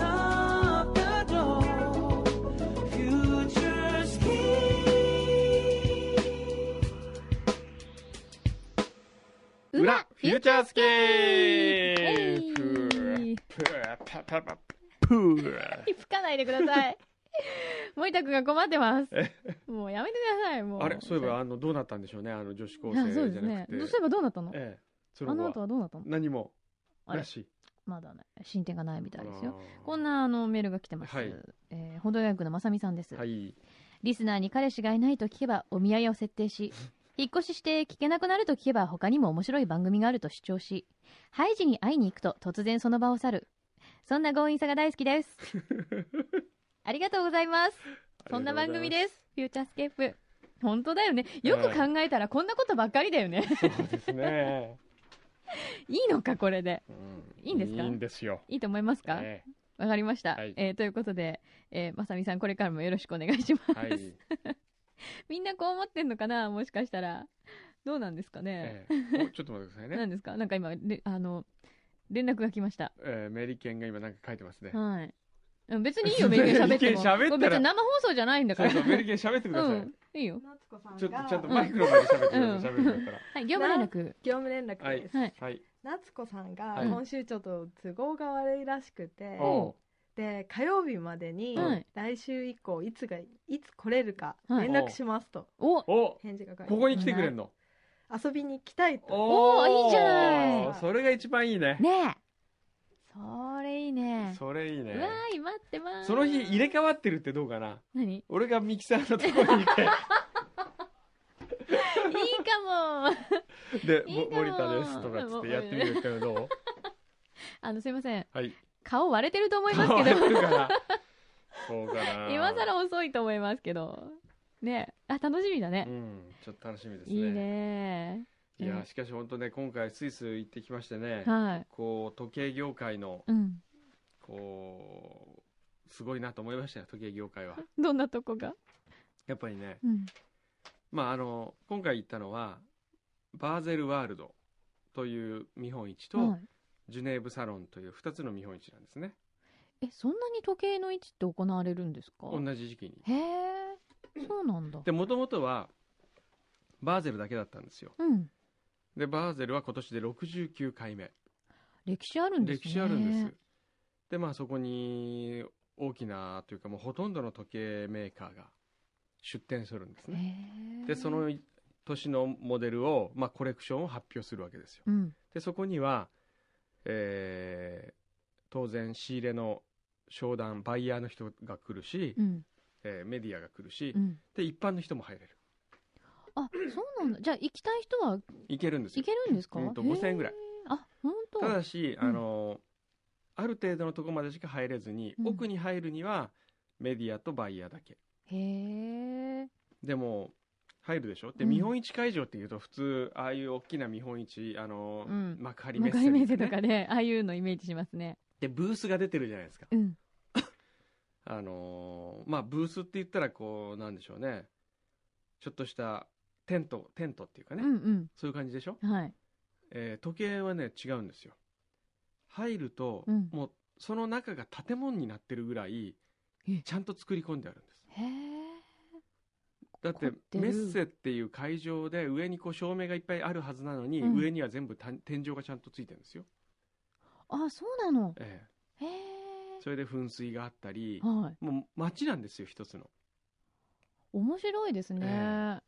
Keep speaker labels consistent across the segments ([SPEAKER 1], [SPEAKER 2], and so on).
[SPEAKER 1] up the door, future's key.
[SPEAKER 2] 裏
[SPEAKER 3] フューチャースケープ
[SPEAKER 2] えい
[SPEAKER 3] プーパパパプー
[SPEAKER 2] 吹かないでください森田くんが困ってますもうやめてくださいもう
[SPEAKER 3] あれそういえばあのどうなったんでしょうねあの女子高
[SPEAKER 2] いや
[SPEAKER 3] 生じ
[SPEAKER 2] そ
[SPEAKER 3] ゃ
[SPEAKER 2] うです
[SPEAKER 3] な
[SPEAKER 2] ね
[SPEAKER 3] くて
[SPEAKER 2] どうすればどうなったの
[SPEAKER 3] ええそ
[SPEAKER 2] あ
[SPEAKER 3] の
[SPEAKER 2] の
[SPEAKER 3] 後
[SPEAKER 2] 後
[SPEAKER 3] は
[SPEAKER 2] はどうなったの
[SPEAKER 3] 何も
[SPEAKER 2] あ
[SPEAKER 3] ら
[SPEAKER 2] れ
[SPEAKER 3] しい
[SPEAKER 2] まだね進展がないみたいですよこん
[SPEAKER 3] な
[SPEAKER 2] なあのメールが来てます、
[SPEAKER 3] はい
[SPEAKER 2] えー、本土大学のまさみさんです、
[SPEAKER 3] はい
[SPEAKER 2] リスナーに彼氏がいないと聞けばお見合いを設定し、引っ越しして聞けなくなると聞けば他にも面白い番組があると主張し、ハイジに会いに行くと突然その場を去る。そんな強引さが大好き です。ありがとうございます。そんな番組です。フューチャースケープ。本当だよね。よく考えたらこんなことばっかりだよね。
[SPEAKER 3] すそうで すね
[SPEAKER 2] いいのか、これで。
[SPEAKER 3] うん
[SPEAKER 2] いいんですか
[SPEAKER 3] いいんですよ
[SPEAKER 2] いいと思いますかわ、
[SPEAKER 3] え
[SPEAKER 2] かりました。
[SPEAKER 3] はい
[SPEAKER 2] えーということで、えーまさみさんこれからもよろしくお願いします。
[SPEAKER 3] えはい
[SPEAKER 2] みんなこう思ってんのかなもしかしたら。どうなんですかね。
[SPEAKER 3] ええおちょっと待ってくださいね
[SPEAKER 2] 何ですかなんか今れあの連絡が来ました
[SPEAKER 3] ええメリケンが今なんか書いてますね
[SPEAKER 2] はいうん別 にいいよメリケン喋っても
[SPEAKER 3] メリケン喋ったら
[SPEAKER 2] これ別に生放送じゃないんだか
[SPEAKER 3] そう
[SPEAKER 2] ら
[SPEAKER 3] そうメリケン喋ってください、
[SPEAKER 2] うんいいよ
[SPEAKER 3] ちょっとちゃんとマイクの前で喋ってください、
[SPEAKER 2] う
[SPEAKER 3] 喋るんだっ
[SPEAKER 2] はい業務連絡
[SPEAKER 4] 業務連絡です、
[SPEAKER 2] はいはい
[SPEAKER 3] たらはい
[SPEAKER 4] 夏子さんが
[SPEAKER 3] はい
[SPEAKER 4] 今週ちょっと都合が悪いらしくて、
[SPEAKER 3] おう
[SPEAKER 4] で火曜日までに
[SPEAKER 2] はい
[SPEAKER 4] 来週以降いつがいつ来れるか
[SPEAKER 2] はい
[SPEAKER 4] 連絡しますと
[SPEAKER 2] お
[SPEAKER 3] お
[SPEAKER 4] 返事が返って
[SPEAKER 3] ここに来てくれんの
[SPEAKER 4] 遊びに来たいと
[SPEAKER 2] おーいいじゃない
[SPEAKER 3] それが一番いいね
[SPEAKER 2] ねえそれいいね
[SPEAKER 3] それいいうね
[SPEAKER 2] わーい待ってまーす
[SPEAKER 3] その日入れ替わってるってどうかな
[SPEAKER 2] 何いい
[SPEAKER 3] 俺がミキサーのところに行
[SPEAKER 2] かも
[SPEAKER 3] てで「
[SPEAKER 2] いい
[SPEAKER 3] も
[SPEAKER 2] な
[SPEAKER 3] 森田です」とかっつってやってみるけどどう
[SPEAKER 2] あのすいません
[SPEAKER 3] はい
[SPEAKER 2] 顔割れてると思います
[SPEAKER 3] 変わ
[SPEAKER 2] けど
[SPEAKER 3] るから そうかな
[SPEAKER 2] 今更遅いと思いますけどねえあ楽しみだ
[SPEAKER 3] う
[SPEAKER 2] ね
[SPEAKER 3] んちょっと楽しみですね
[SPEAKER 2] いいね
[SPEAKER 3] いやしかし本当ね今回スイス行ってきましてね
[SPEAKER 2] はい
[SPEAKER 3] こう時計業界の
[SPEAKER 2] うん
[SPEAKER 3] こうすごいなと思いましたよ時計業界は
[SPEAKER 2] どんなとこが
[SPEAKER 3] やっぱりね
[SPEAKER 2] うん
[SPEAKER 3] まああの今回行ったのはバーゼルワールドという見本市と、
[SPEAKER 2] はい
[SPEAKER 3] ジュネーブサロンという2つの見本市なんですね
[SPEAKER 2] えそんなに時計の位置って行われるんですか
[SPEAKER 3] 同じ時期に
[SPEAKER 2] へえそうなんだ
[SPEAKER 3] でもともとはバーゼルだけだったんですよ
[SPEAKER 2] うん
[SPEAKER 3] でバーゼルは今年で69回目
[SPEAKER 2] 歴史あるんですね
[SPEAKER 3] 歴史あるんですでまあそこに大きなというかもうほとんどの時計メーカーが出展するんですね
[SPEAKER 2] へえ
[SPEAKER 3] でその年のモデルを、まあ、コレクションを発表するわけですよ
[SPEAKER 2] うん
[SPEAKER 3] でそこには、えー当然仕入れの商談バイヤーの人が来るし、
[SPEAKER 2] うん
[SPEAKER 3] えーメディアが来るし、
[SPEAKER 2] うん
[SPEAKER 3] で一般の人も入れる
[SPEAKER 2] あそうなんだじゃあ行きたい人は
[SPEAKER 3] 行けるんです
[SPEAKER 2] 行
[SPEAKER 3] よ
[SPEAKER 2] けるんですか
[SPEAKER 3] うんと
[SPEAKER 2] へえ
[SPEAKER 3] 5000円ぐらい
[SPEAKER 2] あ本当
[SPEAKER 3] ただし、
[SPEAKER 2] うん
[SPEAKER 3] あのある程度のとこまでしか入れずに、
[SPEAKER 2] うん
[SPEAKER 3] 奥に入るにはメディアとバイヤーだけ
[SPEAKER 2] へえ
[SPEAKER 3] でも入るでしょで、
[SPEAKER 2] うん
[SPEAKER 3] 見本市会場っていうと普通ああいう大きな見本市あの、
[SPEAKER 2] うん
[SPEAKER 3] 幕張メ
[SPEAKER 2] 向
[SPEAKER 3] ッセ
[SPEAKER 2] かい目で
[SPEAKER 3] とか
[SPEAKER 2] と
[SPEAKER 3] ね
[SPEAKER 2] かねああいうのイメージしますね
[SPEAKER 3] でブースが出てるじゃないですか
[SPEAKER 2] うん
[SPEAKER 3] あのーまあブースって言ったらこうなんでしょうねちょっとしたテントテントっていうか
[SPEAKER 2] う
[SPEAKER 3] ね、
[SPEAKER 2] ん
[SPEAKER 3] そういう感じでしょ
[SPEAKER 2] うんはい
[SPEAKER 3] えー時計はね違うんですよ入ると、
[SPEAKER 2] うん
[SPEAKER 3] もうその中が建物になってるぐらい
[SPEAKER 2] え
[SPEAKER 3] ちゃんと作り込んであるんです
[SPEAKER 2] へえ
[SPEAKER 3] だって
[SPEAKER 2] 凝ってる
[SPEAKER 3] メッセっていう会場で上にこう照明がいっぱいあるはずなのに、
[SPEAKER 2] うん
[SPEAKER 3] 上には全部た天井がちゃんとついてるんですよ、
[SPEAKER 2] あそうなの
[SPEAKER 3] え
[SPEAKER 2] へ
[SPEAKER 3] え
[SPEAKER 2] え
[SPEAKER 3] それで噴水があったり、
[SPEAKER 2] はい
[SPEAKER 3] もう街なんですよ一つの
[SPEAKER 2] 面白いですね、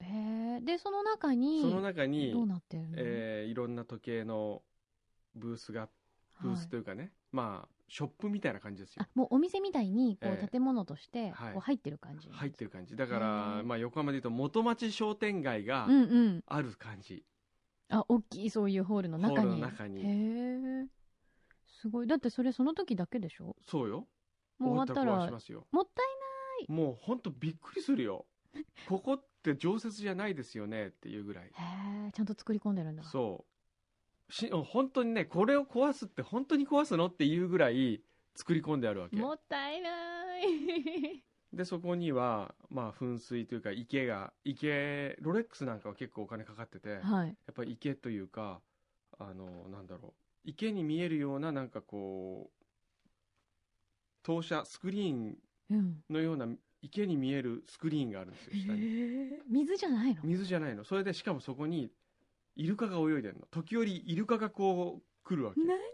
[SPEAKER 2] へえでその中に
[SPEAKER 3] その中に
[SPEAKER 2] どうなってるの、
[SPEAKER 3] えーいろんな時計のブースがブースと
[SPEAKER 2] はい
[SPEAKER 3] いうかね、まあショップみたいな感じですよ
[SPEAKER 2] あもうお店みたいにこ
[SPEAKER 3] ええ
[SPEAKER 2] う建物として
[SPEAKER 3] はい
[SPEAKER 2] こう入ってる感じ、
[SPEAKER 3] 入ってる感じだか
[SPEAKER 2] へ
[SPEAKER 3] ら、
[SPEAKER 2] ー
[SPEAKER 3] まあ、横浜でいうと元町商店街が
[SPEAKER 2] うんうん
[SPEAKER 3] ある感じ、
[SPEAKER 2] あ大きいそういうホールの中に
[SPEAKER 3] ホールの中に
[SPEAKER 2] へえすごいだってそれその時だけでしょ
[SPEAKER 3] そうよ
[SPEAKER 2] もう終わった
[SPEAKER 3] 終わ
[SPEAKER 2] ら
[SPEAKER 3] ったら壊しますよ
[SPEAKER 2] もったい
[SPEAKER 3] もうほんとびっくりするよここってって常設じゃないですよねっていうぐらい
[SPEAKER 2] へえちゃんと作り込んでるんだ
[SPEAKER 3] そうし本当にねこれを壊すって本当に壊すのっていうぐらい作り込んであるわけ
[SPEAKER 2] もったいない
[SPEAKER 3] でそこにはまあ噴水というか池が池ロレックスなんかは結構お金かかってて、や
[SPEAKER 2] はい
[SPEAKER 3] っぱり池というかあのなんだろう池に見えるようななんかこう投射スクリーン
[SPEAKER 2] うん
[SPEAKER 3] のような池に見えるスクリーンがあるんですよ
[SPEAKER 2] へ
[SPEAKER 3] 下に
[SPEAKER 2] え水じゃないの
[SPEAKER 3] 水じゃないのそれでしかもそこにイルカが泳いでるの時折イルカがこう来るわけっ
[SPEAKER 2] 何それ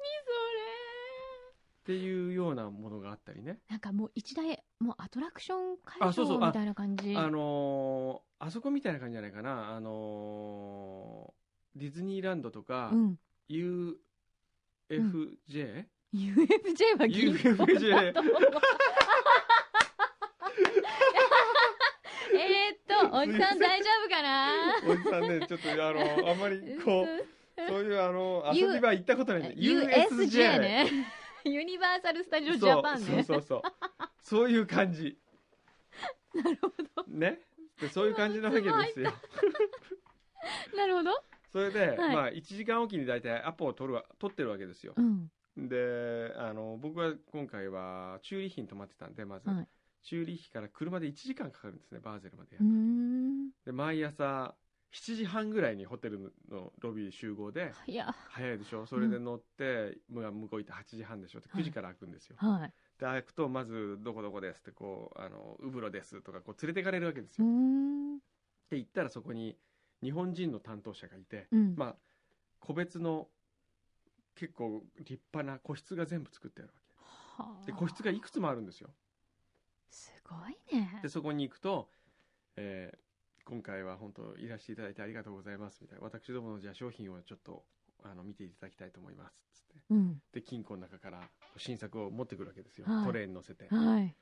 [SPEAKER 3] ていうようなものがあったりね
[SPEAKER 2] なんかもう一大もうアトラクション会
[SPEAKER 3] あそうそう
[SPEAKER 2] 場
[SPEAKER 3] あ
[SPEAKER 2] みたいな感じ
[SPEAKER 3] あのーあそこみたいな感じじゃないかな、あのーディズニーランドとか、
[SPEAKER 2] うん
[SPEAKER 3] UFJ、
[SPEAKER 2] UFJ は銀行 だ
[SPEAKER 3] UFJ
[SPEAKER 2] と思うえーっとおじさん大丈夫かな
[SPEAKER 3] おじさんね、ちょっとあの、あんまりこう、そういうあの、
[SPEAKER 2] U-
[SPEAKER 3] 遊び場行ったことないんで
[SPEAKER 2] USJ ねユニバーサル・スタジオ・ジャパン
[SPEAKER 3] そう
[SPEAKER 2] ね
[SPEAKER 3] そうそうそう。そういう感じ。
[SPEAKER 2] なるほど
[SPEAKER 3] ね。でそういう感じなわけですよ。
[SPEAKER 2] なるほど
[SPEAKER 3] それで、
[SPEAKER 2] はい
[SPEAKER 3] まあ、1時間おきに大体アポを取るわ、取ってるわけですよ。
[SPEAKER 2] うん
[SPEAKER 3] であの僕は今回はチューリッヒに泊まってたんでまず、
[SPEAKER 2] はい
[SPEAKER 3] チューリッヒから車で1時間かかるんですねバーゼルまで、
[SPEAKER 2] うーん
[SPEAKER 3] で毎朝7時半ぐらいにホテルのロビー集合で
[SPEAKER 2] いや
[SPEAKER 3] 早いでしょそれで乗って、む向こう行って8時半でしょって9時から開くんですよ、
[SPEAKER 2] はい
[SPEAKER 3] で開くとまず「どこどこです」ってこう「あのウブロです」とかこう連れてかれるわけです
[SPEAKER 2] うー
[SPEAKER 3] よ、っ
[SPEAKER 2] ん
[SPEAKER 3] て行ったらそこに日本人の担当者がいて、
[SPEAKER 2] うん
[SPEAKER 3] まあ個別の結構立派な個室が全部作ってあるわけ
[SPEAKER 2] はあ
[SPEAKER 3] で個室がいくつもあるんですよ
[SPEAKER 2] すごいね
[SPEAKER 3] でそこに行くと、えー今回は本当いらしていただいてありがとうございますみたいな私どものじゃあ商品をちょっとあの見ていただきたいと思いますつって
[SPEAKER 2] うん
[SPEAKER 3] で金庫の中から新作を持ってくるわけですよ、
[SPEAKER 2] はい
[SPEAKER 3] トレーに乗せて
[SPEAKER 2] はい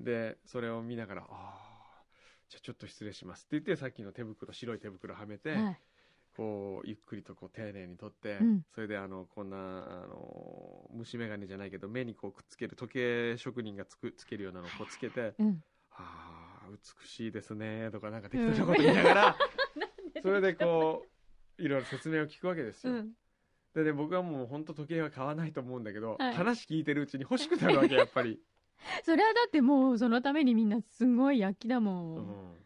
[SPEAKER 3] でそれを見ながら「ああじゃあちょっと失礼します」って言ってさっきの手袋白い手袋はめて、
[SPEAKER 2] はい
[SPEAKER 3] こうゆっくりとこう丁寧に取って、
[SPEAKER 2] うん
[SPEAKER 3] それであのこんなあの虫眼鏡じゃないけど目にこうくっつける時計職人がつくつけるようなのをこうつけて
[SPEAKER 2] うん
[SPEAKER 3] ああ、美しいですね、とか、なんか適当なこと言いながら、 それでこう、いろいろ説明を聞くわけです
[SPEAKER 2] う
[SPEAKER 3] よ。
[SPEAKER 2] ん
[SPEAKER 3] でね、僕はもう本当時計は買わないと思うんだけど、
[SPEAKER 2] はい
[SPEAKER 3] 話聞いてるうちに欲しくなる わけ、やっぱり。
[SPEAKER 2] それはだってもうそのためにみんなすごい焼きだも、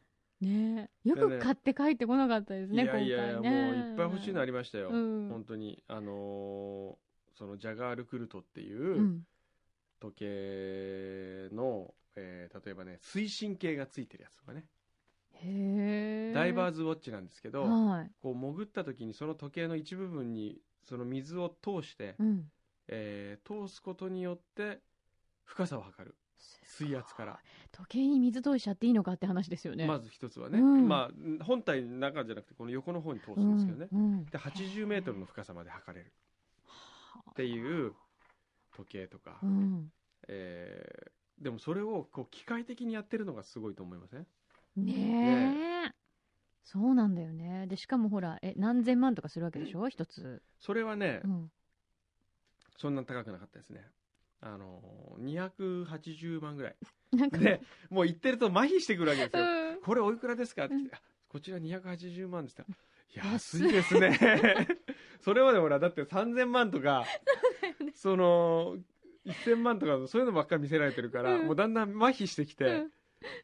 [SPEAKER 3] うんん
[SPEAKER 2] ねえよく買って帰ってこなかったです
[SPEAKER 3] い
[SPEAKER 2] ね
[SPEAKER 3] やいやいや、
[SPEAKER 2] 今
[SPEAKER 3] もう
[SPEAKER 2] 回ね
[SPEAKER 3] いっぱい欲しいのありましたよ。
[SPEAKER 2] うん
[SPEAKER 3] 本当に。あのーそのジャガールクルトっていううん時計の、えー例えばね、推進計がついてるやつとかね、
[SPEAKER 2] へえ
[SPEAKER 3] ダイバー
[SPEAKER 2] ズ
[SPEAKER 3] ズウォッチなんですけど、
[SPEAKER 2] はい
[SPEAKER 3] こう潜った時にその時計の一部分にその水を通して、
[SPEAKER 2] うん
[SPEAKER 3] えー通すことによって深さを測る水圧から
[SPEAKER 2] 時計に水通しちゃっていいのかって話ですよね
[SPEAKER 3] まず一つはね、
[SPEAKER 2] うん
[SPEAKER 3] まあ本体の中じゃなくてこの横の方に通す
[SPEAKER 2] うん
[SPEAKER 3] ですけどね、
[SPEAKER 2] ん
[SPEAKER 3] で80メートルの深さまで測れるっていう時計とか、
[SPEAKER 2] うん
[SPEAKER 3] えーでもそれをこう機械的にやってるのがすごいと思いません、
[SPEAKER 2] ねえそうなんだよねでしかもほらえ何千万とかするわけでしょ一つ、
[SPEAKER 3] それはね、
[SPEAKER 2] うん、
[SPEAKER 3] そんな高くなかったですねあのー280万ぐらい
[SPEAKER 2] なんか
[SPEAKER 3] でもう行ってると麻痺してくるわけです
[SPEAKER 2] う
[SPEAKER 3] よ、
[SPEAKER 2] ん
[SPEAKER 3] これおいくらですかって来て、
[SPEAKER 2] うん
[SPEAKER 3] あこちら280万ですって
[SPEAKER 2] 安
[SPEAKER 3] 安
[SPEAKER 2] い
[SPEAKER 3] いですねそれまでほらだって3000万とかその1000万とかそういうのばっかり見せられてるから、
[SPEAKER 2] うん
[SPEAKER 3] もうだんだん麻痺してき
[SPEAKER 2] う
[SPEAKER 3] て
[SPEAKER 2] ん、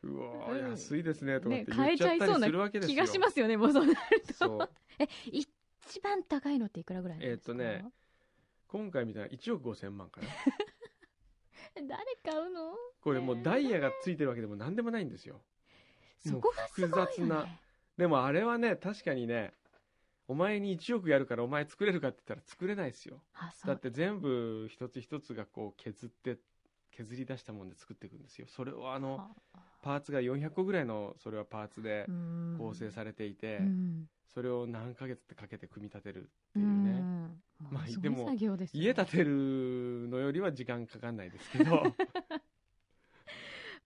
[SPEAKER 3] うわ
[SPEAKER 2] うん
[SPEAKER 3] ー安いですねとかっ
[SPEAKER 2] ね
[SPEAKER 3] て言
[SPEAKER 2] 変
[SPEAKER 3] っ
[SPEAKER 2] え
[SPEAKER 3] ち
[SPEAKER 2] ちゃ
[SPEAKER 3] ゃっ
[SPEAKER 2] い
[SPEAKER 3] た
[SPEAKER 2] そう
[SPEAKER 3] り
[SPEAKER 2] な
[SPEAKER 3] するわけです
[SPEAKER 2] 気
[SPEAKER 3] よ
[SPEAKER 2] がしますよねもうそうなると
[SPEAKER 3] そう
[SPEAKER 2] 一番高いのっていくらぐらいなんですか
[SPEAKER 3] えーっとね今回みたいな1億5000万かな
[SPEAKER 2] 誰買うの
[SPEAKER 3] これもうダイヤがついてるわけでも何でもないんですよ
[SPEAKER 2] そこがすごいよ、ね、
[SPEAKER 3] 複雑なでもあれはね確かにねお前に1億やるからお前作れるかって言ったら作れないですよ
[SPEAKER 2] あそう
[SPEAKER 3] だって全部一つ一つがこう削って削り出したもんで作っていくんですよそれをあの
[SPEAKER 2] あ
[SPEAKER 3] パーツが400個ぐらいのそれはパーツで
[SPEAKER 2] うん
[SPEAKER 3] 構成されていて、
[SPEAKER 2] うん
[SPEAKER 3] それを何ヶ月ってかけて組み立てるっていうね、
[SPEAKER 2] ん
[SPEAKER 3] まあ
[SPEAKER 2] すごい
[SPEAKER 3] でも
[SPEAKER 2] 作業ですよ
[SPEAKER 3] 家建てるのよりは時間かかんないですけど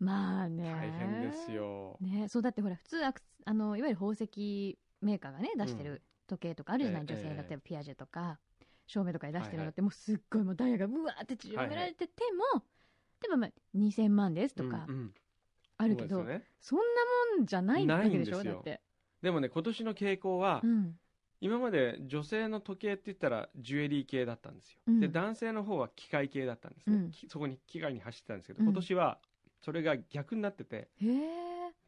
[SPEAKER 2] まあね
[SPEAKER 3] 大変ですよ、
[SPEAKER 2] ねそうだってほら普通アクあのいわゆる宝石メーカーがね出して
[SPEAKER 3] う
[SPEAKER 2] る時計とかあるじゃない、
[SPEAKER 3] ええ
[SPEAKER 2] 女性だっ
[SPEAKER 3] え
[SPEAKER 2] て
[SPEAKER 3] え
[SPEAKER 2] ピアジェとか照明とかで出してるのっ
[SPEAKER 3] はい
[SPEAKER 2] て、もうすっごいもうダイヤがうわーって縮められてても、でもまあ2000万ですとか
[SPEAKER 3] うんうん
[SPEAKER 2] あるけど、
[SPEAKER 3] そうですよね
[SPEAKER 2] そんなもんじゃないわけでしょ
[SPEAKER 3] ないんです
[SPEAKER 2] だ
[SPEAKER 3] よ
[SPEAKER 2] って
[SPEAKER 3] でもね今年の傾向は、
[SPEAKER 2] うん
[SPEAKER 3] 今まで女性の時計って言ったらジュエリー系だったんですよ、
[SPEAKER 2] うん
[SPEAKER 3] で男性の方は機械系だったんですね、
[SPEAKER 2] うん
[SPEAKER 3] きそこに機械に走ってたんですけど
[SPEAKER 2] うん
[SPEAKER 3] 今年はそれが逆になってて
[SPEAKER 2] へえ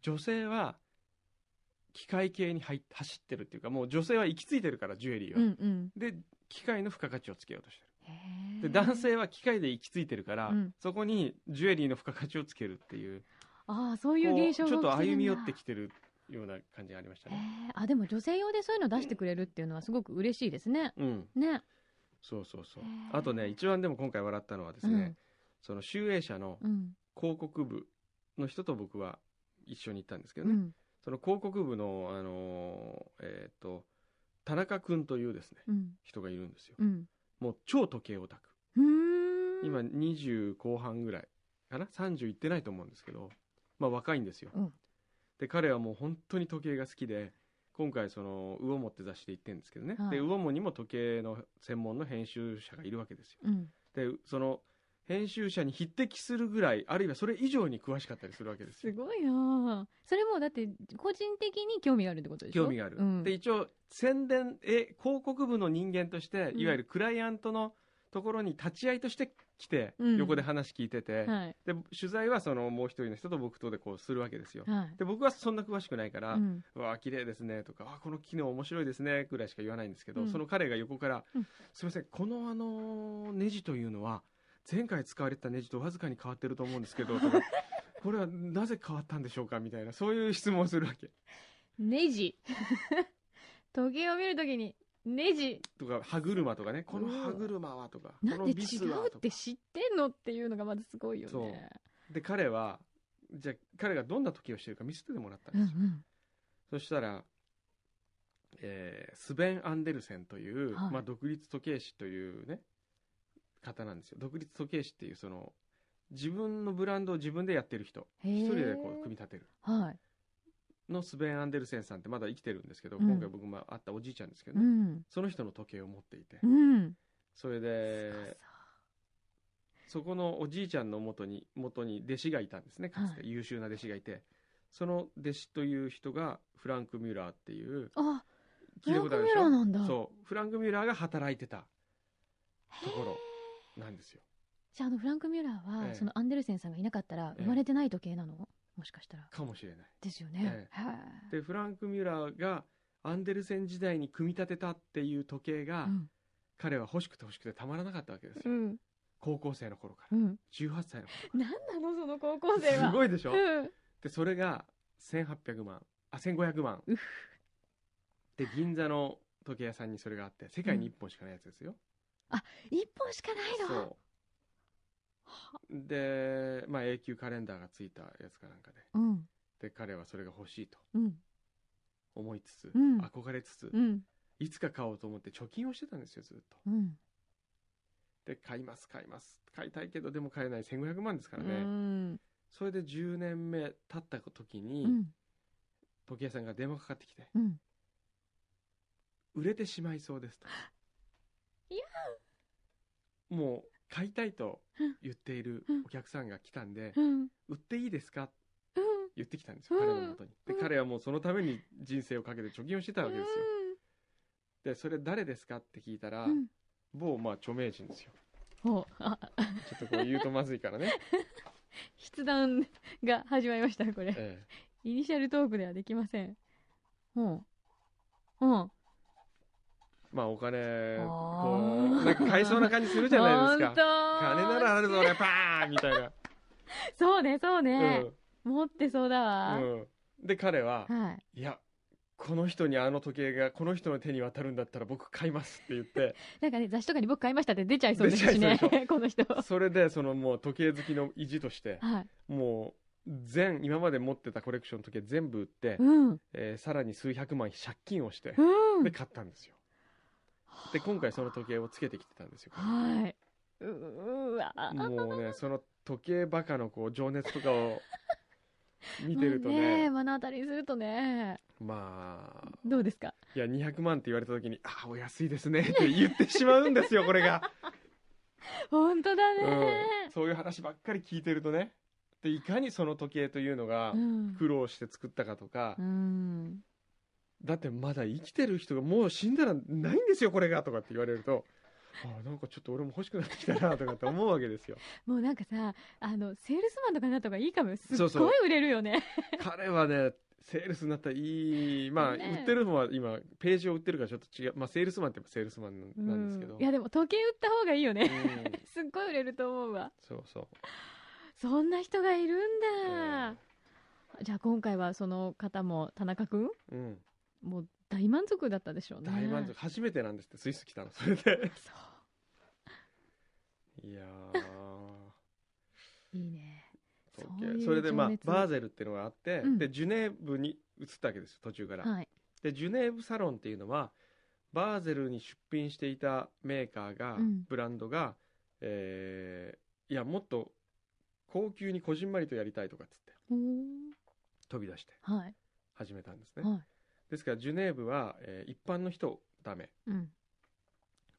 [SPEAKER 3] 女性は機械系に入っ走ってるっていうかもう女性は行き着いてるからジュエリーは、
[SPEAKER 2] うんうん
[SPEAKER 3] で機械の付加価値をつけようとして
[SPEAKER 2] へえ
[SPEAKER 3] るで男性は機械で行き着いてるから、
[SPEAKER 2] うん
[SPEAKER 3] そこにジュエリーの付加価値をつけるっていう
[SPEAKER 2] ああそういう現象が
[SPEAKER 3] こうちょっと
[SPEAKER 2] 起きてるんだ
[SPEAKER 3] 歩み寄ってきてるような感じがありました
[SPEAKER 2] へえ
[SPEAKER 3] ね、
[SPEAKER 2] あでも女性用でそういうの出してくれるっていうのはすごく嬉しいですね
[SPEAKER 3] うん
[SPEAKER 2] ね
[SPEAKER 3] そうそうそう
[SPEAKER 2] へー
[SPEAKER 3] あとね一番でも今回笑ったのはですね、
[SPEAKER 2] うん
[SPEAKER 3] その集英社の
[SPEAKER 2] うん
[SPEAKER 3] 広告部の人と僕は一緒に行ったんですけど
[SPEAKER 2] う
[SPEAKER 3] ね、
[SPEAKER 2] ん
[SPEAKER 3] その広告部の、あのーえっ、と田中君というですね
[SPEAKER 2] うん
[SPEAKER 3] 人がいるんですよ
[SPEAKER 2] うん
[SPEAKER 3] もう超時計オタク
[SPEAKER 2] うーん
[SPEAKER 3] 今20後半ぐらいかな30いってないと思うんですけどまあ若いんですよ、
[SPEAKER 2] うん
[SPEAKER 3] で彼はもう本当に時計が好きで今回その魚もって雑誌で行ってるんですけどね、
[SPEAKER 2] はい
[SPEAKER 3] で魚もにも時計の専門の編集者がいるわけですよ
[SPEAKER 2] うん
[SPEAKER 3] でその編集者に匹敵するぐらいあるいはそれ以上に詳しかったりするわけです
[SPEAKER 2] す
[SPEAKER 3] よ
[SPEAKER 2] ごいなあそれもだって個人的に興味があるってことでしょ
[SPEAKER 3] 興味がある、
[SPEAKER 2] うん
[SPEAKER 3] で一応宣伝え広告部の人間として
[SPEAKER 2] うん
[SPEAKER 3] いわゆるクライアントのところに立ち会いとして来て、
[SPEAKER 2] うん
[SPEAKER 3] 横で話聞いてて、
[SPEAKER 2] はい
[SPEAKER 3] で取材はそのもう一人の人と僕とでこうするわけですよ
[SPEAKER 2] はい
[SPEAKER 3] で僕はそんな詳しくないから「
[SPEAKER 2] うん
[SPEAKER 3] うわあ綺麗ですね」とかあ「この機能面白いですね」ぐらいしか言わないんですけど、
[SPEAKER 2] うん
[SPEAKER 3] その彼が横から「
[SPEAKER 2] うん
[SPEAKER 3] すいませんこのあのネジというのは前回使われてたネジとわずかに変わってると思うんですけど」とか「これはなぜ変わったんでしょうか?」みたいなそういう質問をするわけ
[SPEAKER 2] ネジ 時計を見るときにネジ
[SPEAKER 3] とか歯車とかね「この
[SPEAKER 2] うわ
[SPEAKER 3] 歯車は」とか「こ
[SPEAKER 2] なん
[SPEAKER 3] の
[SPEAKER 2] で
[SPEAKER 3] ビ
[SPEAKER 2] 違
[SPEAKER 3] スは」
[SPEAKER 2] う
[SPEAKER 3] と
[SPEAKER 2] っ
[SPEAKER 3] か
[SPEAKER 2] て知ってんのっていうのがまずすごいよね
[SPEAKER 3] で彼はじゃあ彼がどんな時をしてるか見せてもらったん
[SPEAKER 2] ん
[SPEAKER 3] ですよ、
[SPEAKER 2] ん
[SPEAKER 3] そしたら、えースベン・アンデルセンという、
[SPEAKER 2] はい
[SPEAKER 3] まあ、独立時計師というね方なんですよ独立時計師っていうその自分のブランドを自分でやってる人
[SPEAKER 2] へー
[SPEAKER 3] 一人でこう組み立てる
[SPEAKER 2] はい
[SPEAKER 3] のスベン・アンデルセンさんってまだ生きてるんですけど、
[SPEAKER 2] うん
[SPEAKER 3] 今回僕も会ったおじいちゃんですけど
[SPEAKER 2] う
[SPEAKER 3] ね、
[SPEAKER 2] ん
[SPEAKER 3] その人の時計を持っていて、
[SPEAKER 2] うん
[SPEAKER 3] それでそこのおじいちゃんの元に元に弟子がいたんですねかつて優秀な弟子がいて、その弟子という人がフランク・ミュラーっていう
[SPEAKER 2] あ
[SPEAKER 3] 聞いたことあるでし
[SPEAKER 2] フラ
[SPEAKER 3] ょ
[SPEAKER 2] ンクミュラーなんだ
[SPEAKER 3] そうフランク・ミュラーが働いてたところなんですよ
[SPEAKER 2] じゃああのフランク・ミュラーは、
[SPEAKER 3] ええ
[SPEAKER 2] そのアンデルセンさんがいなかったら
[SPEAKER 3] ええ
[SPEAKER 2] 生まれてない時計なの、もしかしたら
[SPEAKER 3] かもしれない
[SPEAKER 2] ですよね
[SPEAKER 3] え、でフランク・ミュラーがアンデルセン時代に組み立てたっていう時計が、
[SPEAKER 2] うん
[SPEAKER 3] 彼は欲しくて欲しくてたまらなかったわけですよ、
[SPEAKER 2] うん
[SPEAKER 3] 高校生の頃か
[SPEAKER 2] う
[SPEAKER 3] ら
[SPEAKER 2] ん
[SPEAKER 3] 18歳の
[SPEAKER 2] 何なのその高校生
[SPEAKER 3] 頃
[SPEAKER 2] は
[SPEAKER 3] すごいでしょ、
[SPEAKER 2] うん
[SPEAKER 3] でそれが1800万あ1500万
[SPEAKER 2] うふ
[SPEAKER 3] で銀座の時計屋さんにそれがあって世界に1本しかないやつですよ、
[SPEAKER 2] 一本しかないの
[SPEAKER 3] そうで、まあ、永久カレンダーがついたやつかなんかで
[SPEAKER 2] うん
[SPEAKER 3] で彼はそれが欲しいと
[SPEAKER 2] うん
[SPEAKER 3] 思いつつ、
[SPEAKER 2] うん
[SPEAKER 3] 憧れつつ、
[SPEAKER 2] うん
[SPEAKER 3] いつか買おうと思って貯金をしてたんですよずっと
[SPEAKER 2] うん
[SPEAKER 3] で買います買います買いたいけどでも買えない1500万ですからね、
[SPEAKER 2] うん
[SPEAKER 3] それで10年目経った時に、
[SPEAKER 2] うん
[SPEAKER 3] 時計屋さんが電話かかってきて
[SPEAKER 2] うん
[SPEAKER 3] 売れてしまいそうですと
[SPEAKER 2] いや
[SPEAKER 3] もう買いたいと言っているお客さんが来たんで
[SPEAKER 2] うん
[SPEAKER 3] 売っていいですか
[SPEAKER 2] うん
[SPEAKER 3] 言ってきたんですよ
[SPEAKER 2] うん
[SPEAKER 3] 彼のもとにで
[SPEAKER 2] うん
[SPEAKER 3] 彼はもうそのために人生をかけて貯金をしてたわけですよでそれ誰ですかって聞いたら
[SPEAKER 2] うん
[SPEAKER 3] 某まあ著名人ですよ
[SPEAKER 2] おあ
[SPEAKER 3] ちょっとこう言うとまずいか らね、
[SPEAKER 2] 筆談が始まりましたこれ
[SPEAKER 3] ええ
[SPEAKER 2] イニシャルトークではできませんうんうん
[SPEAKER 3] まあお金
[SPEAKER 2] あー
[SPEAKER 3] こうなんか買いそうな感じするじゃないですか金ならあるぞ俺パーンみ たいな、
[SPEAKER 2] そうねそう
[SPEAKER 3] う
[SPEAKER 2] ね、
[SPEAKER 3] ん
[SPEAKER 2] 持ってそうだわ、
[SPEAKER 3] うん、で彼は
[SPEAKER 2] はい
[SPEAKER 3] いやこの人にあの時計がこの人の手に渡るんだったら僕買いますって言って
[SPEAKER 2] なんかね雑誌とかに僕買いましたって出ちゃいそうですし
[SPEAKER 3] 出ちゃ
[SPEAKER 2] ね
[SPEAKER 3] いそうでし
[SPEAKER 2] この 人は
[SPEAKER 3] それでそのもう時計好きの意地として
[SPEAKER 2] い
[SPEAKER 3] もう全今まで持ってたコレクションの時計全部売って、
[SPEAKER 2] うんうん
[SPEAKER 3] えーさらに数百万借金をして、で買ったんですよで今回その時計をつけてきてたんですよ
[SPEAKER 2] はいううわ
[SPEAKER 3] もうねその時計バカのこう情熱とかを見てると
[SPEAKER 2] まあ
[SPEAKER 3] ね
[SPEAKER 2] 目の当たりにするとね
[SPEAKER 3] まあ
[SPEAKER 2] どうですか
[SPEAKER 3] いや200万って言われた時にあお安いですねって言ってしまうんですよこれが。
[SPEAKER 2] 本当だね
[SPEAKER 3] うん、そういう話ばっかり聞いてるとねでいかにその時計というのが
[SPEAKER 2] うん
[SPEAKER 3] 苦労して作ったかとか、
[SPEAKER 2] うん
[SPEAKER 3] だってまだ生きてる人がもう死んだらないんですよこれがとかって言われるとあなんかちょっと俺も欲しくなってきたなとかって思うわけですよ
[SPEAKER 2] もうなんかさあのセールスマンとかになった方がいいかもすっ
[SPEAKER 3] そうそう
[SPEAKER 2] ごい売れるよね
[SPEAKER 3] 彼はねセールスになったらいいまあ、
[SPEAKER 2] ねえ
[SPEAKER 3] 売ってるのは今ページを売ってるからちょっと違うまあセールスマンって言えばセールスマン
[SPEAKER 2] う
[SPEAKER 3] なんですけど、
[SPEAKER 2] いや
[SPEAKER 3] うん
[SPEAKER 2] でも時計売った方がいいよねすっごい売れると思うわ
[SPEAKER 3] そう そう、
[SPEAKER 2] そんな人がいるん
[SPEAKER 3] うん
[SPEAKER 2] だ、じゃあ今回はその方も田中君
[SPEAKER 3] うん、
[SPEAKER 2] もう大満足だったでしょうね
[SPEAKER 3] 大満足初めてなんですってスイス来たのそれで
[SPEAKER 2] そ
[SPEAKER 3] いやー
[SPEAKER 2] ういいね
[SPEAKER 3] そう
[SPEAKER 2] そういう
[SPEAKER 3] それで、まあ
[SPEAKER 2] 情熱、
[SPEAKER 3] バーゼルっていうのがあって、
[SPEAKER 2] うん
[SPEAKER 3] でジュネーブに移ったわけですよ途中から、
[SPEAKER 2] はい
[SPEAKER 3] でジュネーブサロンっていうのはバーゼルに出品していたメーカーが、
[SPEAKER 2] うん
[SPEAKER 3] ブランドが、えーいやもっと高級にこじんまりとやりたいとかっつって
[SPEAKER 2] おー
[SPEAKER 3] 飛び出して
[SPEAKER 2] はい
[SPEAKER 3] 始めたんですね、
[SPEAKER 2] はい
[SPEAKER 3] ですからジュネーブは、えー一般の人ダメ、
[SPEAKER 2] うん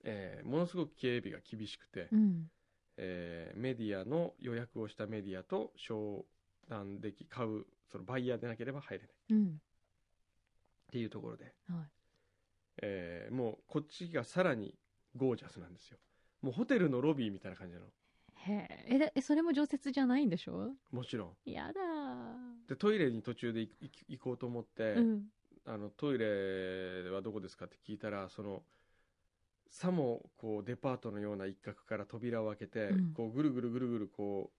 [SPEAKER 3] えーものすごく警備が厳しくて、
[SPEAKER 2] うん
[SPEAKER 3] えーメディアの予約をしたメディアと商談でき買うそのバイヤーでなければ入れない
[SPEAKER 2] うん
[SPEAKER 3] っていうところで、
[SPEAKER 2] はい
[SPEAKER 3] えーもうこっちがさらにゴージャスなんですよもうホテルのロビーみたいな感じなの
[SPEAKER 2] へええだえそれも常設じゃないんでしょ
[SPEAKER 3] もちろん
[SPEAKER 2] やだ
[SPEAKER 3] でトイレに途中で行行行こうと思って、
[SPEAKER 2] ーうん
[SPEAKER 3] あのトイレはどこですかって聞いたらそのさもこうデパートのような一角から扉を開けて、
[SPEAKER 2] うん
[SPEAKER 3] こうぐるぐるぐるぐるこ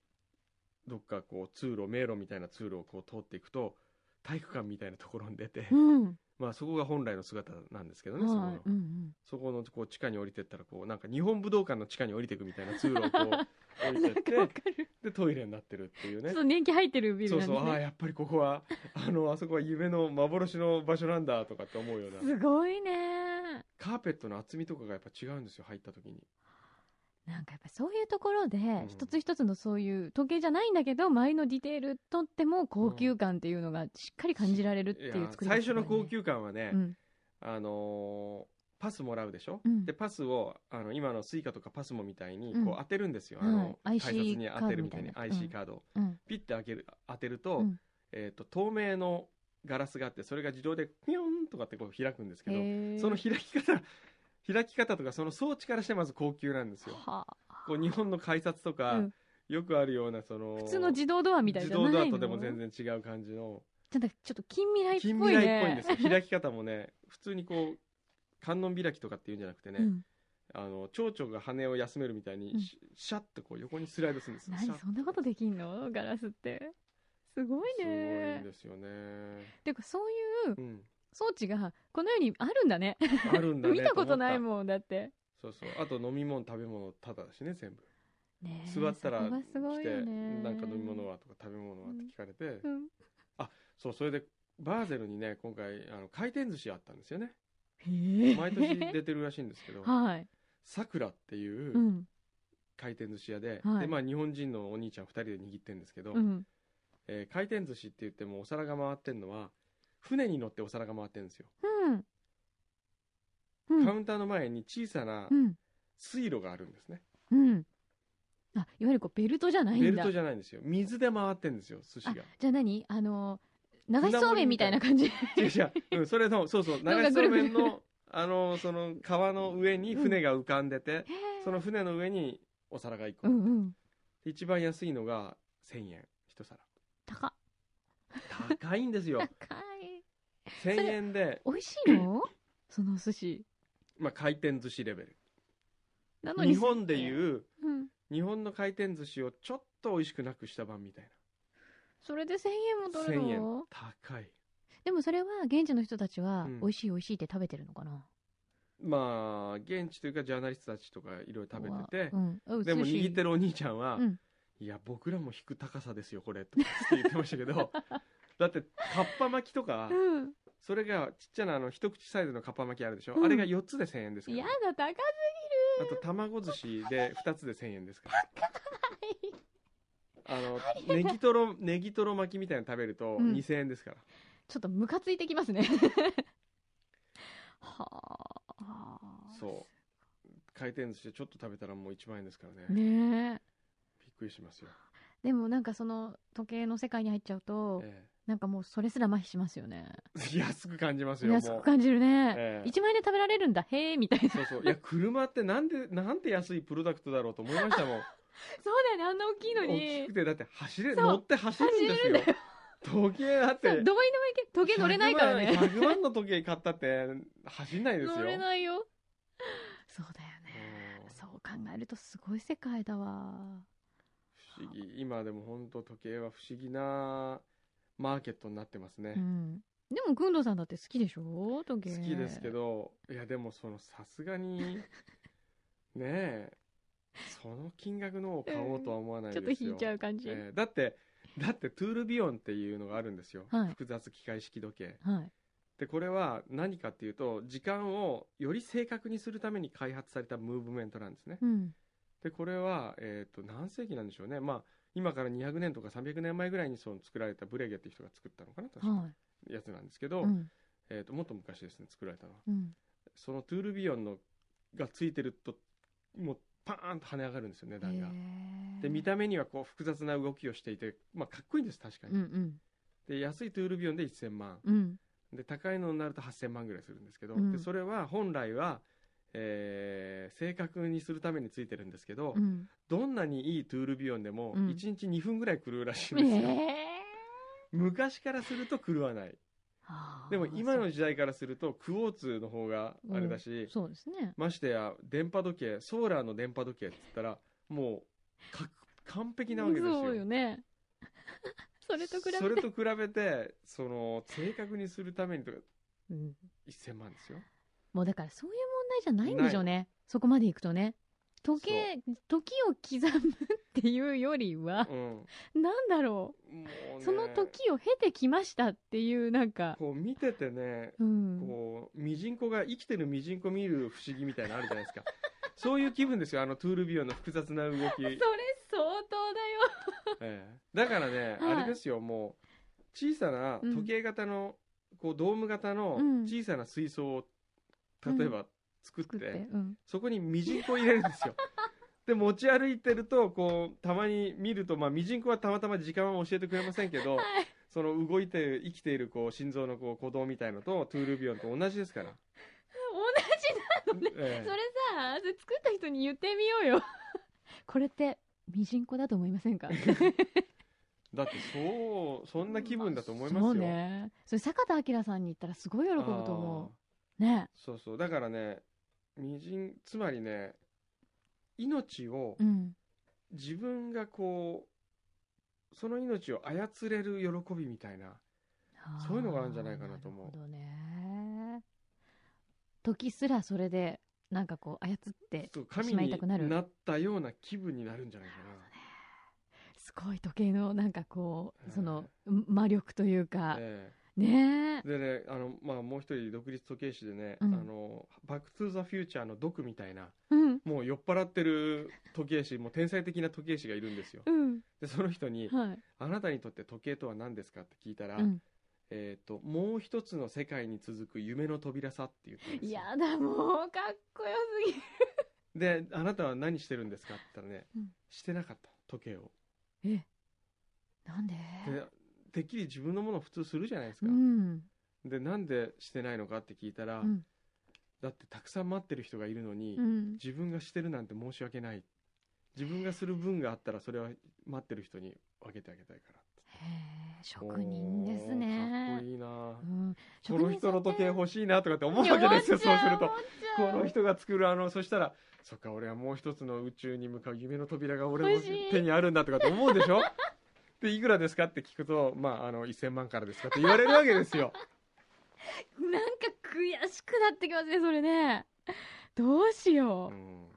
[SPEAKER 3] うどっかこう通路迷路みたいな通路をこう通っていくと体育館みたいなところに出て、
[SPEAKER 2] うん
[SPEAKER 3] まあそこが本来の姿なんですけどね、そこ
[SPEAKER 2] は
[SPEAKER 3] の
[SPEAKER 2] いうんうん
[SPEAKER 3] そこのこう地下に降りてったらこうなんか日本武道館の地下に降りていくみたいな通路をこ う降り
[SPEAKER 2] な
[SPEAKER 3] て
[SPEAKER 2] ん
[SPEAKER 3] っ
[SPEAKER 2] かわ
[SPEAKER 3] て
[SPEAKER 2] かる
[SPEAKER 3] でトイレになってるってい
[SPEAKER 2] ち
[SPEAKER 3] う
[SPEAKER 2] ょ
[SPEAKER 3] ね
[SPEAKER 2] っと年季入ってるビル
[SPEAKER 3] そう
[SPEAKER 2] なん
[SPEAKER 3] そ
[SPEAKER 2] で
[SPEAKER 3] う
[SPEAKER 2] す
[SPEAKER 3] ああ
[SPEAKER 2] ね
[SPEAKER 3] やっぱりここはあのあそこは夢の幻の場所なんだとかって思うような
[SPEAKER 2] すごいね
[SPEAKER 3] カーペットの厚みとかがやっぱ違うんですよ入った時に
[SPEAKER 2] なんかやっぱそういうところで、
[SPEAKER 3] ん
[SPEAKER 2] 一つ一つのそういう時計じゃないんだけど周りのディテールとっても高級感っていうのがしっかり感じられるって
[SPEAKER 3] いや
[SPEAKER 2] いう作り方
[SPEAKER 3] 最初
[SPEAKER 2] だ
[SPEAKER 3] の
[SPEAKER 2] ね
[SPEAKER 3] 高級感はね、
[SPEAKER 2] うん
[SPEAKER 3] あのーパスもらうでしょ、
[SPEAKER 2] うん
[SPEAKER 3] でパスをあの今のスイカとかパスモみたいに
[SPEAKER 2] うん
[SPEAKER 3] こう当てるんですよ、
[SPEAKER 2] はい
[SPEAKER 3] あの
[SPEAKER 2] IC
[SPEAKER 3] 改札に当てるみたいに
[SPEAKER 2] カードみたいな
[SPEAKER 3] IC カードを、
[SPEAKER 2] うん
[SPEAKER 3] ピッて開ける当てると,、
[SPEAKER 2] うん
[SPEAKER 3] えー、と透明のガラスがあってそれが自動でピョンとかってこう開くんですけど、
[SPEAKER 2] へー
[SPEAKER 3] その開き方開き方とかその装置からしてまず高級なんですよ
[SPEAKER 2] はあ
[SPEAKER 3] こう日本の改札とか、
[SPEAKER 2] うん
[SPEAKER 3] よくあるようなその
[SPEAKER 2] 普通の自動ドアみたいじゃないの
[SPEAKER 3] 自動ドアとでも全然違う感じの
[SPEAKER 2] ちょっとちょっと近未来っぽいね
[SPEAKER 3] 近未来っぽいんですよ開き方もね普通にこう観音開きとかっていうんじゃなくてね、
[SPEAKER 2] うん
[SPEAKER 3] あの蝶々が羽を休めるみたいに、
[SPEAKER 2] うん
[SPEAKER 3] シシャッとこう横にスライドするんですよシャ
[SPEAKER 2] 何
[SPEAKER 3] ッ
[SPEAKER 2] そんなことできんのガラスってすごい
[SPEAKER 3] すごいん
[SPEAKER 2] ね
[SPEAKER 3] ですよね、
[SPEAKER 2] てかそういう
[SPEAKER 3] うん、
[SPEAKER 2] 装置がこの世にあるんだね
[SPEAKER 3] あるんだね
[SPEAKER 2] 見たことない
[SPEAKER 3] ん
[SPEAKER 2] もんだって
[SPEAKER 3] そうそうあと飲み物食べ物ただだしね全部
[SPEAKER 2] ねえ
[SPEAKER 3] 座ったら
[SPEAKER 2] そ
[SPEAKER 3] 来
[SPEAKER 2] こがすごい
[SPEAKER 3] て
[SPEAKER 2] よね
[SPEAKER 3] なんか飲み物はとか食べ物はって聞かれて、
[SPEAKER 2] うん
[SPEAKER 3] そうそれでバーゼルにね今回あの回転寿司あったんですよね
[SPEAKER 2] へえ
[SPEAKER 3] 毎年出てるらしいんですけど
[SPEAKER 2] はい
[SPEAKER 3] さくらっていう、
[SPEAKER 2] うん
[SPEAKER 3] 回転寿司屋で,、
[SPEAKER 2] はい
[SPEAKER 3] でまあ、日本人のお兄ちゃん2人で握ってるんですけど、
[SPEAKER 2] うん
[SPEAKER 3] えー回転寿司って言ってもお皿が回ってるのは船に乗ってお皿が回ってるんですよ、
[SPEAKER 2] うんうん
[SPEAKER 3] カウンターの前に小さな
[SPEAKER 2] うん
[SPEAKER 3] 水路があるんですね、
[SPEAKER 2] うんあいわゆるこうベルトじゃないんだ
[SPEAKER 3] ベルトじゃないんですよ水で回ってるんですよ寿司
[SPEAKER 2] あ
[SPEAKER 3] が
[SPEAKER 2] じゃあ何あの流しそうめんみたいな感 じ
[SPEAKER 3] 違う 違う、うん、それのそうそう流
[SPEAKER 2] なんかぐ
[SPEAKER 3] しそ
[SPEAKER 2] る
[SPEAKER 3] う
[SPEAKER 2] ぐる
[SPEAKER 3] めんのあのその川の上に船が浮かんでて、その船の上にお皿が1個、
[SPEAKER 2] うんうん
[SPEAKER 3] 一番安いのが1000円一皿
[SPEAKER 2] 高っ
[SPEAKER 3] 高いんですよ
[SPEAKER 2] 高い
[SPEAKER 3] 1000円で、
[SPEAKER 2] 美味しい のそのお寿司
[SPEAKER 3] まあ、回転寿司レベル
[SPEAKER 2] なのに
[SPEAKER 3] 日本でいう
[SPEAKER 2] うん
[SPEAKER 3] 日本の回転寿司をちょっと美味しくなくした版みたい
[SPEAKER 2] それで1000円も
[SPEAKER 3] な
[SPEAKER 2] 取る
[SPEAKER 3] 1000円
[SPEAKER 2] の
[SPEAKER 3] 高い
[SPEAKER 2] でもそれは現地の人たちは
[SPEAKER 3] うん
[SPEAKER 2] 美味しい美味しいって食べてるのかな
[SPEAKER 3] まあ現地というかジャーナリストたちとかいろいろ食べてて、
[SPEAKER 2] うん
[SPEAKER 3] でも握って
[SPEAKER 2] る
[SPEAKER 3] るお兄ちゃんは「
[SPEAKER 2] うん
[SPEAKER 3] いや僕らも引く高さですよこれ」とかって言ってましたけ どだってかっぱ巻きとか
[SPEAKER 2] うん
[SPEAKER 3] それがちっちゃなあの一口サイズのかっぱ巻きあるでしょ、
[SPEAKER 2] うん
[SPEAKER 3] あれが4つで1000円ですから
[SPEAKER 2] や
[SPEAKER 3] ね、
[SPEAKER 2] だ高
[SPEAKER 3] あと卵寿司で2つで1000円ですから
[SPEAKER 2] い
[SPEAKER 3] あのネギトロネギトロ巻きみたいなの食べると
[SPEAKER 2] うん
[SPEAKER 3] 2000円ですから、
[SPEAKER 2] ちょっとムカついてきますね はあ
[SPEAKER 3] そう回転寿司でちょっと食べたらもう1万円ですからね
[SPEAKER 2] ねえ
[SPEAKER 3] びっくりしますよ、
[SPEAKER 2] でもなんかその時計の世界に入っちゃうと
[SPEAKER 3] え
[SPEAKER 2] なんかもうそれすら麻痺しますよね。
[SPEAKER 3] 安く感じますよ、もう。
[SPEAKER 2] 安く感じるね
[SPEAKER 3] え。え
[SPEAKER 2] 1万円で食べられるんだ、へえ、みたいな。そ
[SPEAKER 3] そうそう。いや、車ってなんで、なんて安いプロダクトだろうと思いましたもん。
[SPEAKER 2] うだよね、あんな大きいの
[SPEAKER 3] 大き
[SPEAKER 2] に
[SPEAKER 3] く。て、だって走れ、
[SPEAKER 2] そう
[SPEAKER 3] 乗って走るんですよ。時計だっ
[SPEAKER 2] そうどうにで。
[SPEAKER 3] て
[SPEAKER 2] もいけ、時計乗れないからね。
[SPEAKER 3] 100万100万の時計買ったって、走んないですよ。
[SPEAKER 2] 乗れ
[SPEAKER 3] い。
[SPEAKER 2] ないよ。そうだよね。そう考えるとすごい世界だわ。
[SPEAKER 3] 不思議。今でも本当時計は不思議なマーケットになってますね
[SPEAKER 2] う。ん。でも、くんどさんだって好きでしょ時計。
[SPEAKER 3] 好きですけ。ど、いや、でもその、さす がに、ねえ、その金額のを買おうとは思わない
[SPEAKER 2] ち
[SPEAKER 3] で
[SPEAKER 2] ょっ
[SPEAKER 3] す
[SPEAKER 2] と
[SPEAKER 3] よ。
[SPEAKER 2] 引いちゃう感じ。
[SPEAKER 3] えーだって、だってトゥールビヨンっていうのがあるんですよ。
[SPEAKER 2] はい
[SPEAKER 3] 複雑機械式時計。
[SPEAKER 2] はい。
[SPEAKER 3] で、これは何かっていうと、時間をより正確にするために開発されたムーブメントなんですね。
[SPEAKER 2] うん。
[SPEAKER 3] で、これは、えっ、と、何世紀なんでしょうね。まあ、今から200年とか300年前ぐらいにその作られたブレゲっていう人が作ったのかな、確か
[SPEAKER 2] は
[SPEAKER 3] やつなんですけ
[SPEAKER 2] い。
[SPEAKER 3] ど、
[SPEAKER 2] うん。
[SPEAKER 3] えっ、と、もっと昔ですね、作られたのは。
[SPEAKER 2] うん。
[SPEAKER 3] そのトゥールビヨンのがついてると、もうパーンと跳ね上がるんですよ、値段が。で、見た目にはこう複雑な動きをしていて、まあ、かっこいいんです、確かに。
[SPEAKER 2] うんうん。
[SPEAKER 3] で安いトゥールビヨンで1000万
[SPEAKER 2] うん。
[SPEAKER 3] で高いのになると8000万ぐらいするんですけど、
[SPEAKER 2] うん
[SPEAKER 3] でそれは本来は、えー正確にするためについてるんですけど、
[SPEAKER 2] うん。
[SPEAKER 3] どんなにいいトゥールビヨンでも
[SPEAKER 2] うん
[SPEAKER 3] 1日2分ぐらい狂うらしいんですよ、
[SPEAKER 2] え
[SPEAKER 3] 昔からすると狂わない
[SPEAKER 2] ー
[SPEAKER 3] でも今の時代からするとクォーツの方があれだし、
[SPEAKER 2] うんそうですね。
[SPEAKER 3] ましてや電波時計ソーラーの電波時計って言ったらもうか完璧なわけです
[SPEAKER 2] そうよね。 それと比べて。
[SPEAKER 3] それと比べてその正確にするためにとか
[SPEAKER 2] うん
[SPEAKER 3] 1000万ですよ
[SPEAKER 2] もうだからそういう問題じゃないんでしょうね。そこまでいくとね。時計、時を刻むっていうよりは、
[SPEAKER 3] うん
[SPEAKER 2] なんだろ
[SPEAKER 3] も
[SPEAKER 2] う。
[SPEAKER 3] うね
[SPEAKER 2] その時を経てきましたっていう、なんか、
[SPEAKER 3] こう見ててね
[SPEAKER 2] うん。
[SPEAKER 3] こうミジンコが生きてるミジンコ見る不思議みたいなのあるじゃない ですかそういう気分ですよあのトゥールビヨンの複雑な動き、
[SPEAKER 2] それ
[SPEAKER 3] え
[SPEAKER 2] 相当だよ。
[SPEAKER 3] えだからね、
[SPEAKER 2] はい
[SPEAKER 3] あれですよもう小さな
[SPEAKER 2] うん
[SPEAKER 3] 時計型の、こうドーム型の
[SPEAKER 2] うん
[SPEAKER 3] 小さな水槽を例えば作って,、
[SPEAKER 2] 作って。 うん。
[SPEAKER 3] そこにミジンコを入れるんです よで持ち歩いてるとこうたまに見ると、まあ、ミジンコはたまたま時間は教えてくれませんけど、
[SPEAKER 2] はい。
[SPEAKER 3] その動いて生きているこう心臓のこう鼓動みたい のとトゥールビヨンと同じですから。
[SPEAKER 2] 同じなのね。
[SPEAKER 3] ええ
[SPEAKER 2] それさ、それ作った人に言ってみようよ。 これって、ミジンコだと思いませんか
[SPEAKER 3] だってそう そんな気分だと思いますよ。
[SPEAKER 2] そうね。それ坂田明さんに言ったらすごい喜ぶと思
[SPEAKER 3] あ
[SPEAKER 2] う。ね。
[SPEAKER 3] ーそうそうだからねみじんつまりね命を
[SPEAKER 2] うん。
[SPEAKER 3] 自分がこうその命を操れる喜びみたいなそういうのがあるんじゃないかなと思う
[SPEAKER 2] なるほどね。時すらそれで、なんかこう、操って
[SPEAKER 3] そう
[SPEAKER 2] し
[SPEAKER 3] 神
[SPEAKER 2] まい
[SPEAKER 3] に
[SPEAKER 2] たくなる。
[SPEAKER 3] なったような気分になるんじゃないかな。
[SPEAKER 2] すごい時計の、なんかこ
[SPEAKER 3] え
[SPEAKER 2] う、
[SPEAKER 3] え
[SPEAKER 2] その、魔力というか、
[SPEAKER 3] ええ
[SPEAKER 2] ねえ。
[SPEAKER 3] でねあの、まあ、もう一人独立時計師でね、
[SPEAKER 2] うん
[SPEAKER 3] あのバック・トゥ・ザ・フューチャーの毒みたいな
[SPEAKER 2] うん、
[SPEAKER 3] もう酔っ払ってる時計師、もう天才的な時計師がいるんですよ
[SPEAKER 2] う。ん、
[SPEAKER 3] で、その人に、
[SPEAKER 2] はい。
[SPEAKER 3] あなたにとって時計とは何ですかって聞いたら、
[SPEAKER 2] うん。
[SPEAKER 3] えっ、と、もう一つの世界に続く夢の扉さって言ったんですよ。
[SPEAKER 2] やだ、もう、かっこよすぎる。
[SPEAKER 3] で、あなたは何してるんですかって言ったらね、
[SPEAKER 2] うん
[SPEAKER 3] してなかった、時計を。
[SPEAKER 2] え、なんで
[SPEAKER 3] で、てっきり自分のものを普通するじゃないです
[SPEAKER 2] う
[SPEAKER 3] か。
[SPEAKER 2] ん。
[SPEAKER 3] で、なんでしてないのかって聞いたら、
[SPEAKER 2] うん。
[SPEAKER 3] だってたくさん待ってる人がいるのに、
[SPEAKER 2] うん。
[SPEAKER 3] 自分がしてるなんて申し訳ない。自分がする分があったら、それは待ってる人に分けてあげたいから。
[SPEAKER 2] へえ、職人ですね。
[SPEAKER 3] おーかっこいいな
[SPEAKER 2] うん。
[SPEAKER 3] この人の時計
[SPEAKER 2] し
[SPEAKER 3] 欲しいなとかって思
[SPEAKER 2] いう
[SPEAKER 3] わけですよそうすると
[SPEAKER 2] 思っち
[SPEAKER 3] こ
[SPEAKER 2] ゃう
[SPEAKER 3] の人が作るあのそしたらそっか俺はもう一つの宇宙に向かう夢の扉が俺の
[SPEAKER 2] 欲しい
[SPEAKER 3] 手にあるんだとかって思うでしょでいくらですかって聞くとまああの1000万からですかって言われるわけですよ
[SPEAKER 2] なんか悔しくなってきますね、それね。どうし
[SPEAKER 3] う
[SPEAKER 2] よう。
[SPEAKER 3] ん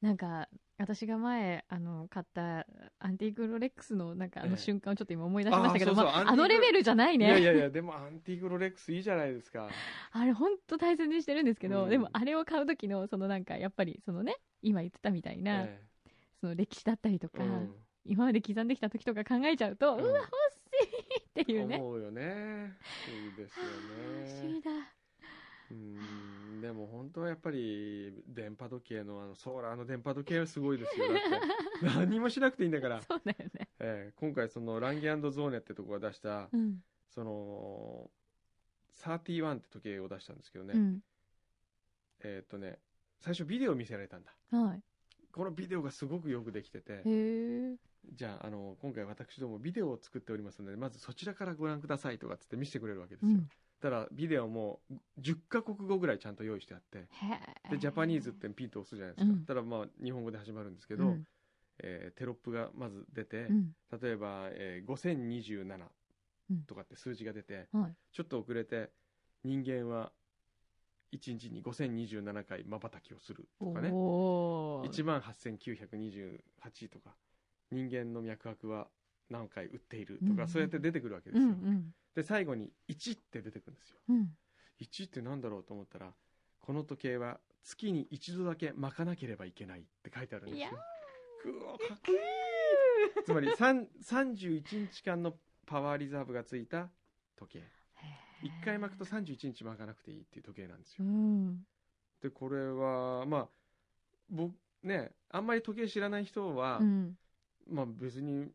[SPEAKER 2] なんか、私が前、あの、買ったアンティークロレックスの、なんかあ
[SPEAKER 3] え
[SPEAKER 2] の
[SPEAKER 3] え
[SPEAKER 2] 瞬間をちょっと今思い出しましたけど、
[SPEAKER 3] あーそう
[SPEAKER 2] ま
[SPEAKER 3] そうアンティー
[SPEAKER 2] あ、
[SPEAKER 3] ク
[SPEAKER 2] あのレベルじゃない
[SPEAKER 3] い
[SPEAKER 2] ね。
[SPEAKER 3] やいやいやでもアンティークロレックスいいじゃないですか
[SPEAKER 2] あれ、ほんと大切にしてるんですけど、
[SPEAKER 3] うん
[SPEAKER 2] でもあれを買う時の、そのなんか、やっぱり、そのね、今言ってたみたいな、
[SPEAKER 3] え
[SPEAKER 2] その歴史だったりと
[SPEAKER 3] え
[SPEAKER 2] か、今まで刻んできた時とか考えちゃうと、う
[SPEAKER 3] うん
[SPEAKER 2] わ、欲しいっていうね。
[SPEAKER 3] 思うよねいいです
[SPEAKER 2] はあ不
[SPEAKER 3] よ
[SPEAKER 2] 思議
[SPEAKER 3] ね
[SPEAKER 2] だ。
[SPEAKER 3] うんでも本当はやっぱり電波時計のあのソーラーの電波時計はすごいですよだって 何もしなくていいんだから、
[SPEAKER 2] そうだよね。
[SPEAKER 3] えー今回そのランゲゾーネってとこが出した
[SPEAKER 2] うん。
[SPEAKER 3] その31って時計を出したんですけどね、えーっとね最初ビデオ見せられたんだ
[SPEAKER 2] うん。はい。
[SPEAKER 3] このビデオがすごくよくできてて
[SPEAKER 2] へえ。
[SPEAKER 3] じゃああの今回私どもビデオを作っておりますのでまずそちらからご覧くださいとかっつって見せてくれるわけです
[SPEAKER 2] う
[SPEAKER 3] よ、
[SPEAKER 2] ん。
[SPEAKER 3] ただビデオも10カ国語ぐらいちゃんと用意してあって
[SPEAKER 2] へえ。
[SPEAKER 3] でジャパニーズってピンと押すじゃないですか、
[SPEAKER 2] うん
[SPEAKER 3] ただまあ日本語で始まるんですけ
[SPEAKER 2] け
[SPEAKER 3] ど、えーテロップがまず出て、
[SPEAKER 2] うん。
[SPEAKER 3] 例えば、えー5027
[SPEAKER 2] うん
[SPEAKER 3] とかって数字が出て、
[SPEAKER 2] はい
[SPEAKER 3] ちょっと遅れて人間は1日に5027回まばたきをするとかね
[SPEAKER 2] おお。
[SPEAKER 3] 1万8928とか人間の脈拍は何回打っているとか、
[SPEAKER 2] うん
[SPEAKER 3] そうやって出てくるわけで
[SPEAKER 2] う
[SPEAKER 3] す
[SPEAKER 2] ん
[SPEAKER 3] よ、
[SPEAKER 2] うん
[SPEAKER 3] で最後に1って出てくるんですよ
[SPEAKER 2] うん。
[SPEAKER 3] 1ってなんだろうと思ったらこの時計は月に一度だけ巻かなければいけないって書いてあるんですよ
[SPEAKER 2] いや
[SPEAKER 3] うわかっこいいつまり3 31日間のパワーリザーブがついた時計1回巻くと31日巻かなくていいっていう時計なんです
[SPEAKER 2] う
[SPEAKER 3] よ
[SPEAKER 2] ん。
[SPEAKER 3] でこれはまあ僕ねあんまり時計知らない人は、
[SPEAKER 2] うん。
[SPEAKER 3] まあ別に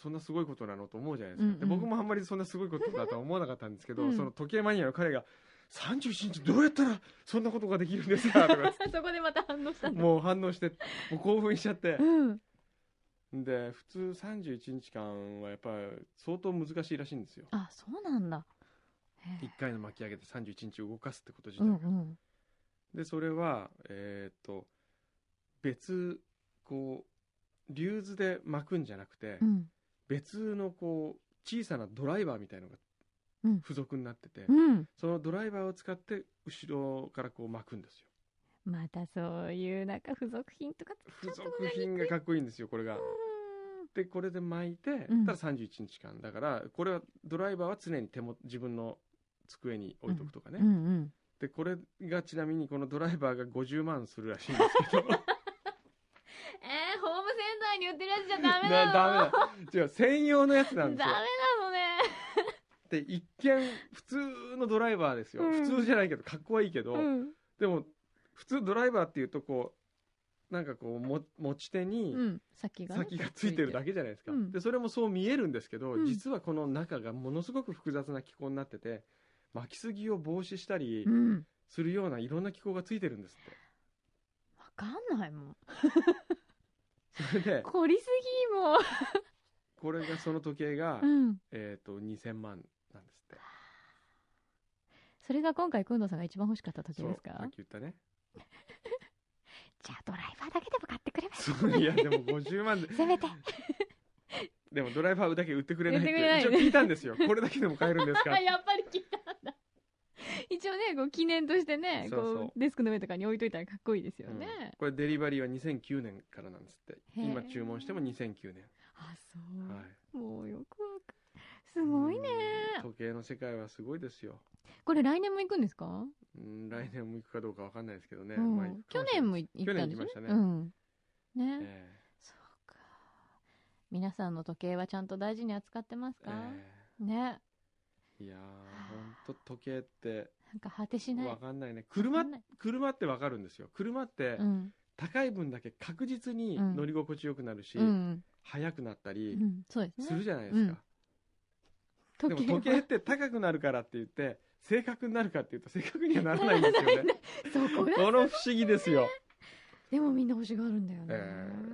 [SPEAKER 3] そんなすごいことなのと思うじゃないです
[SPEAKER 2] う
[SPEAKER 3] か、
[SPEAKER 2] んう
[SPEAKER 3] で
[SPEAKER 2] ん
[SPEAKER 3] 僕もあんまりそんなすごいことだとは思わなかったんですけど、
[SPEAKER 2] うん
[SPEAKER 3] その時計マニアの彼が31日どうやったらそんなことができるんですかとか
[SPEAKER 2] そこでまた反応した んだ。
[SPEAKER 3] もう反応してもう興奮しちゃって
[SPEAKER 2] うん。
[SPEAKER 3] で普通31日間はやっぱり相当難しいらしいんですよ
[SPEAKER 2] あ、そうなんだ。へ
[SPEAKER 3] 1
[SPEAKER 2] え。
[SPEAKER 3] 回の巻き上げで31日動かすってこと自
[SPEAKER 2] う
[SPEAKER 3] 体、
[SPEAKER 2] んうん。
[SPEAKER 3] でそれはえーっと別こう竜図で巻くんじゃなくて、
[SPEAKER 2] うん。
[SPEAKER 3] 別のこう小さなドライバーみたいのが
[SPEAKER 2] うん
[SPEAKER 3] 付属になってて、
[SPEAKER 2] うん。
[SPEAKER 3] そのドライバーを使って後ろからこう巻くんですよ
[SPEAKER 2] またそういうなんか付属品とか
[SPEAKER 3] 付属品がかっこいいんですよこれがでこれで巻いて、
[SPEAKER 2] うん
[SPEAKER 3] ただ31日間だからこれはドライバーは常に手も自分の机に置いとくとかね、
[SPEAKER 2] うんうん。
[SPEAKER 3] でこれがちなみにこのドライバーが50万するらしいんです けど
[SPEAKER 2] えー、ホームセンターに売ってるやつじゃダメな
[SPEAKER 3] な
[SPEAKER 2] の
[SPEAKER 3] ダメだ違う専用のやつな
[SPEAKER 2] ダ
[SPEAKER 3] ん
[SPEAKER 2] メ
[SPEAKER 3] ですよ
[SPEAKER 2] なのね。
[SPEAKER 3] で一見普通のドライバーですよ、
[SPEAKER 2] うん
[SPEAKER 3] 普通じゃないけどかっこいいけど、
[SPEAKER 2] うん。
[SPEAKER 3] でも普通ドライバーっていうとこうなんかこうも持ち手に
[SPEAKER 2] うん。先がね。
[SPEAKER 3] 先がついてるだけじゃないですか、
[SPEAKER 2] うん
[SPEAKER 3] でそれもそう見えるんですけど、
[SPEAKER 2] うん
[SPEAKER 3] 実はこの中がものすごく複雑な機構になってて巻きすぎを防止したり
[SPEAKER 2] うん。
[SPEAKER 3] するようないろんな機構がついてるんですっ
[SPEAKER 2] わかんないもん。
[SPEAKER 3] て それで
[SPEAKER 2] 凝りすぎも
[SPEAKER 3] これがその時計が、
[SPEAKER 2] う。うん。
[SPEAKER 3] えっ、と2000万なんですって
[SPEAKER 2] それが今回、くんどうさんが一番欲しかった時
[SPEAKER 3] そう
[SPEAKER 2] です
[SPEAKER 3] さ
[SPEAKER 2] か
[SPEAKER 3] っき言ったね
[SPEAKER 2] じゃあドライバーだけでも買ってくれます。
[SPEAKER 3] そういやでも50万で
[SPEAKER 2] せめて。
[SPEAKER 3] でもドライバーだけ売ってくれないって
[SPEAKER 2] 売ってくれない
[SPEAKER 3] 一応聞いたんですよこれだけでも買えるんで すか
[SPEAKER 2] あやっぱり聞いたんだ。 一応ね、こう記念としてね、
[SPEAKER 3] そうそう
[SPEAKER 2] こうデスクの上とかに置いといたらかっこいいですよ
[SPEAKER 3] うん
[SPEAKER 2] ね。
[SPEAKER 3] これデリバリーは2009年からなんですって
[SPEAKER 2] へー
[SPEAKER 3] 今注文しても2009年、
[SPEAKER 2] あ、そう。
[SPEAKER 3] はい、
[SPEAKER 2] もうよくわかすごいね。
[SPEAKER 3] うん時計の世界はすごいですよ
[SPEAKER 2] これ来年も行くんですか、
[SPEAKER 3] うん来年も行くかどうかわかんないですけどね、
[SPEAKER 2] うん
[SPEAKER 3] まあ行くか
[SPEAKER 2] 去
[SPEAKER 3] もしれ
[SPEAKER 2] 年も
[SPEAKER 3] ない
[SPEAKER 2] 行ったんです
[SPEAKER 3] です去年行きま
[SPEAKER 2] ね
[SPEAKER 3] したね、
[SPEAKER 2] うん。ね。
[SPEAKER 3] え
[SPEAKER 2] そうか。皆さんの時計はちゃんと大事に扱ってます
[SPEAKER 3] え
[SPEAKER 2] か、
[SPEAKER 3] え
[SPEAKER 2] ね。
[SPEAKER 3] えいやーほんと時計って
[SPEAKER 2] なんか果てしない
[SPEAKER 3] わ。かんないね車
[SPEAKER 2] わかんない
[SPEAKER 3] 車ってわかるんですよ車って
[SPEAKER 2] うん。
[SPEAKER 3] 高い分だけ確実に
[SPEAKER 2] うん
[SPEAKER 3] 乗り心地よくなるし、
[SPEAKER 2] うん。
[SPEAKER 3] 速くなった
[SPEAKER 2] う
[SPEAKER 3] り
[SPEAKER 2] ん。そうです
[SPEAKER 3] す
[SPEAKER 2] ね。
[SPEAKER 3] るじゃないですか、
[SPEAKER 2] 時
[SPEAKER 3] でも時計って高くなるからって言って正確になるかって言うと正確にはならないんです よね
[SPEAKER 2] そうこれ
[SPEAKER 3] この不思議ですよ
[SPEAKER 2] でもみんな欲しがるんだよね。
[SPEAKER 3] えー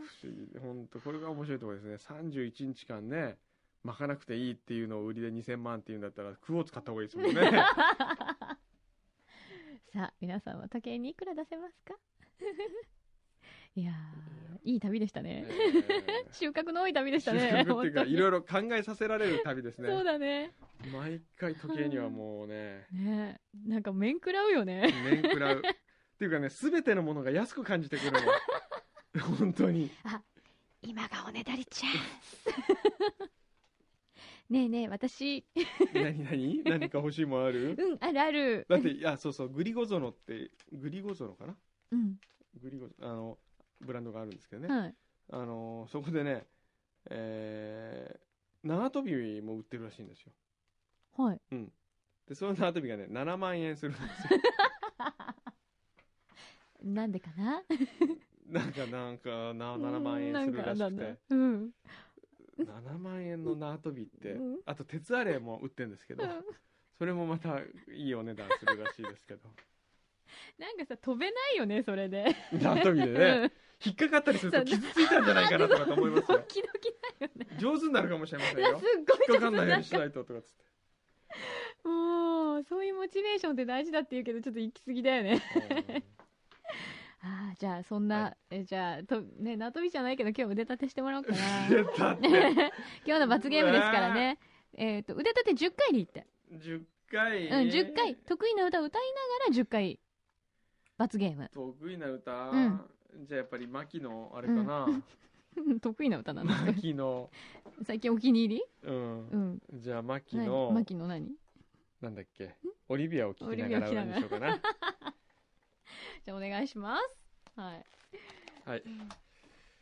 [SPEAKER 3] 不思議本当これが面白いところですね31日間ね巻かなくていいっていうのを売りで2000万っていうんだったらクオを使った方がいいですもん ね
[SPEAKER 2] さあ、皆さんは時計にいくら出せますか いやー、いい旅でした
[SPEAKER 3] え
[SPEAKER 2] ね。
[SPEAKER 3] ー
[SPEAKER 2] 収穫の多い旅でした
[SPEAKER 3] 収
[SPEAKER 2] ね。
[SPEAKER 3] 穫っていうか
[SPEAKER 2] 本当に
[SPEAKER 3] いろいろ考えさせられる旅ですね
[SPEAKER 2] そうだね。
[SPEAKER 3] 毎回時計にはもうね
[SPEAKER 2] ねえなんか面食らうよね。
[SPEAKER 3] 面食らうっていうかね全てのものが安く感じてくるの 本当に
[SPEAKER 2] 今がおねだりチャンス。 ねえねえ、私、
[SPEAKER 3] 何何何か欲しいもんある
[SPEAKER 2] うん、あるある。
[SPEAKER 3] だっていやそうそうグリゴゾノってグリゴゾノかな
[SPEAKER 2] うん、
[SPEAKER 3] グリゴゾあのブランドがあるんですけどね、
[SPEAKER 2] はい。
[SPEAKER 3] あのーそこでね、えー縄跳びも売ってるらしいんですよ。
[SPEAKER 2] はい。
[SPEAKER 3] で、その縄跳びがね、7万円するんですよ。
[SPEAKER 2] なんでかな
[SPEAKER 3] なんかなんかな7万円するらし
[SPEAKER 2] なん
[SPEAKER 3] く
[SPEAKER 2] かなん
[SPEAKER 3] て
[SPEAKER 2] だうん
[SPEAKER 3] 7万円の縄跳びって
[SPEAKER 2] うん
[SPEAKER 3] あと鉄アレイも売ってるんですけど
[SPEAKER 2] うん
[SPEAKER 3] それもまたいいお値段するらしいですけど
[SPEAKER 2] なんかさ飛べないよねそれで
[SPEAKER 3] 縄跳びで
[SPEAKER 2] う
[SPEAKER 3] ね
[SPEAKER 2] ん
[SPEAKER 3] 引っかかったりする
[SPEAKER 2] そ
[SPEAKER 3] と
[SPEAKER 2] う
[SPEAKER 3] 傷ついたんじゃないかなとかと思いま す
[SPEAKER 2] ド
[SPEAKER 3] よ
[SPEAKER 2] キドキだよね
[SPEAKER 3] 上手になるかもしれません
[SPEAKER 2] すっ
[SPEAKER 3] よ引
[SPEAKER 2] ご
[SPEAKER 3] っ
[SPEAKER 2] い
[SPEAKER 3] かかんないようにし
[SPEAKER 2] ちょっと
[SPEAKER 3] ないととかつって
[SPEAKER 2] なんかもうそういうモチベーションって大事だって言うけどちょっと行き過ぎだよね ああじゃあそんな、
[SPEAKER 3] は
[SPEAKER 2] えじゃあとね縄跳びじゃないけど今日腕立てしてもらおうかな
[SPEAKER 3] だって
[SPEAKER 2] 今日の罰ゲームですからねえっと腕立て10回でいって
[SPEAKER 3] 10回
[SPEAKER 2] うん、10回得意な歌を歌いながら10回罰ゲーム
[SPEAKER 3] 得意な歌
[SPEAKER 2] ん
[SPEAKER 3] じゃあやっぱり牧野あれかな
[SPEAKER 2] 得意な歌なんですか
[SPEAKER 3] 牧野
[SPEAKER 2] 最近お気に入り
[SPEAKER 3] うん
[SPEAKER 2] うん
[SPEAKER 3] じゃあ牧
[SPEAKER 2] 何
[SPEAKER 3] 野
[SPEAKER 2] 牧野何
[SPEAKER 3] なんだっけオリビアを聴きながら
[SPEAKER 2] オリビアを聴きながら
[SPEAKER 3] にしようかな
[SPEAKER 2] じゃあお願いしますはい
[SPEAKER 3] はい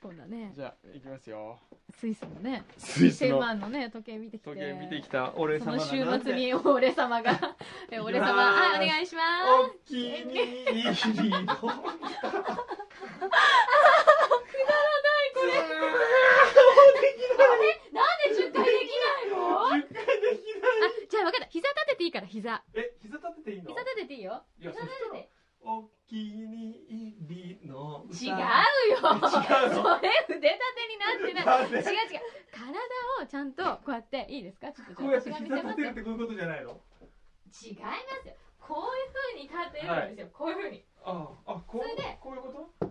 [SPEAKER 2] 今度はね
[SPEAKER 3] じゃあいきますよ
[SPEAKER 2] スイスのね
[SPEAKER 3] スイス
[SPEAKER 2] 千
[SPEAKER 3] の
[SPEAKER 2] 万のね時計見てきて
[SPEAKER 3] 時計見てきた俺
[SPEAKER 2] そ
[SPEAKER 3] 様
[SPEAKER 2] の
[SPEAKER 3] が
[SPEAKER 2] 週
[SPEAKER 3] なん
[SPEAKER 2] 末
[SPEAKER 3] て
[SPEAKER 2] に俺様 がえ俺様
[SPEAKER 3] いきます
[SPEAKER 2] はいお願いしま
[SPEAKER 3] お気に入りのくだらないこれ
[SPEAKER 2] すなんで10回できないのあ
[SPEAKER 3] 10回できない
[SPEAKER 2] じゃあ分かった膝立てていいから膝
[SPEAKER 3] え膝立てていいの
[SPEAKER 2] 膝立てていいよ
[SPEAKER 3] いや
[SPEAKER 2] 膝
[SPEAKER 3] そ
[SPEAKER 2] 立
[SPEAKER 3] したら
[SPEAKER 2] て
[SPEAKER 3] お気に入りの
[SPEAKER 2] て
[SPEAKER 3] 歌
[SPEAKER 2] 違うよ
[SPEAKER 3] 違う
[SPEAKER 2] それ腕
[SPEAKER 3] の
[SPEAKER 2] 立てになってない
[SPEAKER 3] なん
[SPEAKER 2] 違う違う
[SPEAKER 3] で
[SPEAKER 2] 体をちゃんとこうやっていいですかちょっと
[SPEAKER 3] こうやっ
[SPEAKER 2] じ
[SPEAKER 3] て
[SPEAKER 2] ゃあ私が
[SPEAKER 3] 膝
[SPEAKER 2] 見せま
[SPEAKER 3] 立
[SPEAKER 2] す
[SPEAKER 3] てる
[SPEAKER 2] よ
[SPEAKER 3] ってこういうことじゃない
[SPEAKER 2] 違
[SPEAKER 3] の
[SPEAKER 2] いますよこういう風に立てるんですよ、こういう風に
[SPEAKER 3] あああこ
[SPEAKER 2] それ
[SPEAKER 3] う
[SPEAKER 2] で
[SPEAKER 3] こういうこと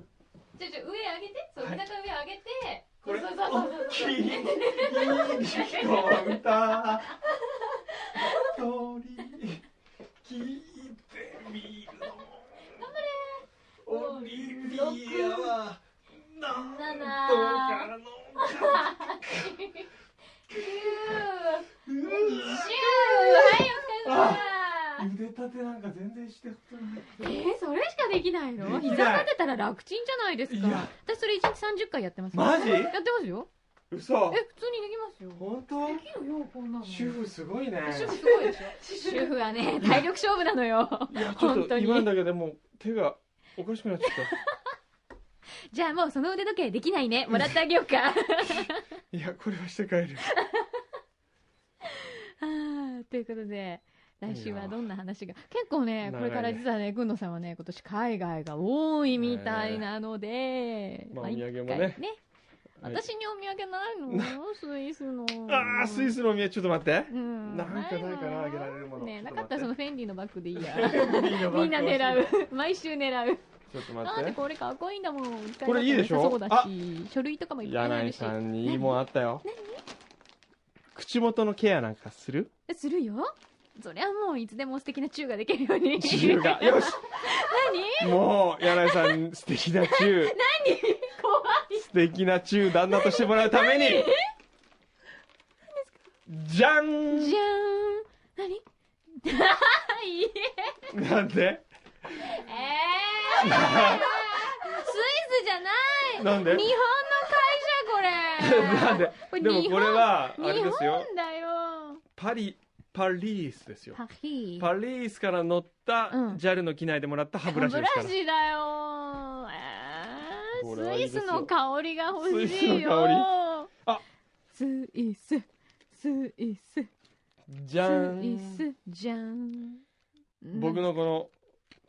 [SPEAKER 2] ちょちょ上上げてそう
[SPEAKER 3] は
[SPEAKER 2] 背
[SPEAKER 3] い
[SPEAKER 2] 中上上げて、
[SPEAKER 3] これ
[SPEAKER 2] そうそうそうそう
[SPEAKER 3] 大
[SPEAKER 2] そう
[SPEAKER 3] きい人の歌一人聞いてみるの
[SPEAKER 2] 頑張れ
[SPEAKER 3] オリビアはなんとかの
[SPEAKER 2] キューシューはいお
[SPEAKER 3] うわ
[SPEAKER 2] 疲れ様
[SPEAKER 3] 腕立てなんか全然してことない
[SPEAKER 2] えー、それしかできないの
[SPEAKER 3] できない
[SPEAKER 2] 膝立てたら楽ちんじゃないです
[SPEAKER 3] い
[SPEAKER 2] か
[SPEAKER 3] や
[SPEAKER 2] 私それ1日30回やってますよ
[SPEAKER 3] マジ
[SPEAKER 2] やってますよ
[SPEAKER 3] 嘘
[SPEAKER 2] え普通にできますよ
[SPEAKER 3] 本当
[SPEAKER 2] できるよこんなの
[SPEAKER 3] 主婦すごいね
[SPEAKER 2] 主婦すごいでしょ主婦はね体力勝負なのよ
[SPEAKER 3] いやちょ
[SPEAKER 2] 本
[SPEAKER 3] っ
[SPEAKER 2] 当
[SPEAKER 3] と
[SPEAKER 2] に
[SPEAKER 3] 今だけでもう手がおかしくなっちゃっ
[SPEAKER 2] じゃあもうその腕時計できないねもらってあげようかあ
[SPEAKER 3] たいやこれはして帰る
[SPEAKER 2] ーということで来週はどんな話が結構ねこれから実はね軍野さんはね今年海外が多いみたいなので、
[SPEAKER 3] まあお土産もね
[SPEAKER 2] 一回私にお土産ないの、スイスの
[SPEAKER 3] ああスイスのお土産ちょっと待って
[SPEAKER 2] うん
[SPEAKER 3] なんかないかなあげられるもの
[SPEAKER 2] ねえな
[SPEAKER 3] ちょっと待って
[SPEAKER 2] かったらそのフェンディのバッグでいいや み
[SPEAKER 3] み
[SPEAKER 2] んな狙う毎週狙う
[SPEAKER 3] ちょっと
[SPEAKER 2] だ
[SPEAKER 3] 待
[SPEAKER 2] っ
[SPEAKER 3] ってて
[SPEAKER 2] これかっこいいんだもん使
[SPEAKER 3] これいいでしょ
[SPEAKER 2] 良さそうだし書類とかもいっぱいあ
[SPEAKER 3] 柳
[SPEAKER 2] る
[SPEAKER 3] 井
[SPEAKER 2] し
[SPEAKER 3] さんにいいもんあったよ口元のケアなんかする
[SPEAKER 2] えするよそりゃもういつでも素敵なチューができるように
[SPEAKER 3] チューが よし
[SPEAKER 2] 何
[SPEAKER 3] もう柳井さん素敵なチュー
[SPEAKER 2] 怖い
[SPEAKER 3] 素敵なチュー旦那としてもらうためにじゃん
[SPEAKER 2] じゃーん何 いい
[SPEAKER 3] なんで
[SPEAKER 2] えー、スイスじゃない
[SPEAKER 3] なんで
[SPEAKER 2] 日本の会社これ
[SPEAKER 3] なんで
[SPEAKER 2] これ
[SPEAKER 3] でも
[SPEAKER 2] 日
[SPEAKER 3] こ
[SPEAKER 2] 本
[SPEAKER 3] れはあ
[SPEAKER 2] 日
[SPEAKER 3] れですよ
[SPEAKER 2] 本だよ
[SPEAKER 3] パリパリースですよ
[SPEAKER 2] パリ
[SPEAKER 3] パリースから乗った
[SPEAKER 2] うん
[SPEAKER 3] JAL の機内でもらった歯ブラシです
[SPEAKER 2] 歯
[SPEAKER 3] から
[SPEAKER 2] ブラシだよえー
[SPEAKER 3] これはいいで
[SPEAKER 2] ス
[SPEAKER 3] す
[SPEAKER 2] イ
[SPEAKER 3] よ
[SPEAKER 2] スの香りが欲し
[SPEAKER 3] ス
[SPEAKER 2] い
[SPEAKER 3] イスの
[SPEAKER 2] よ
[SPEAKER 3] あ
[SPEAKER 2] スイススイス
[SPEAKER 3] じゃ
[SPEAKER 2] スイ
[SPEAKER 3] ん
[SPEAKER 2] スじゃん
[SPEAKER 3] 僕のこの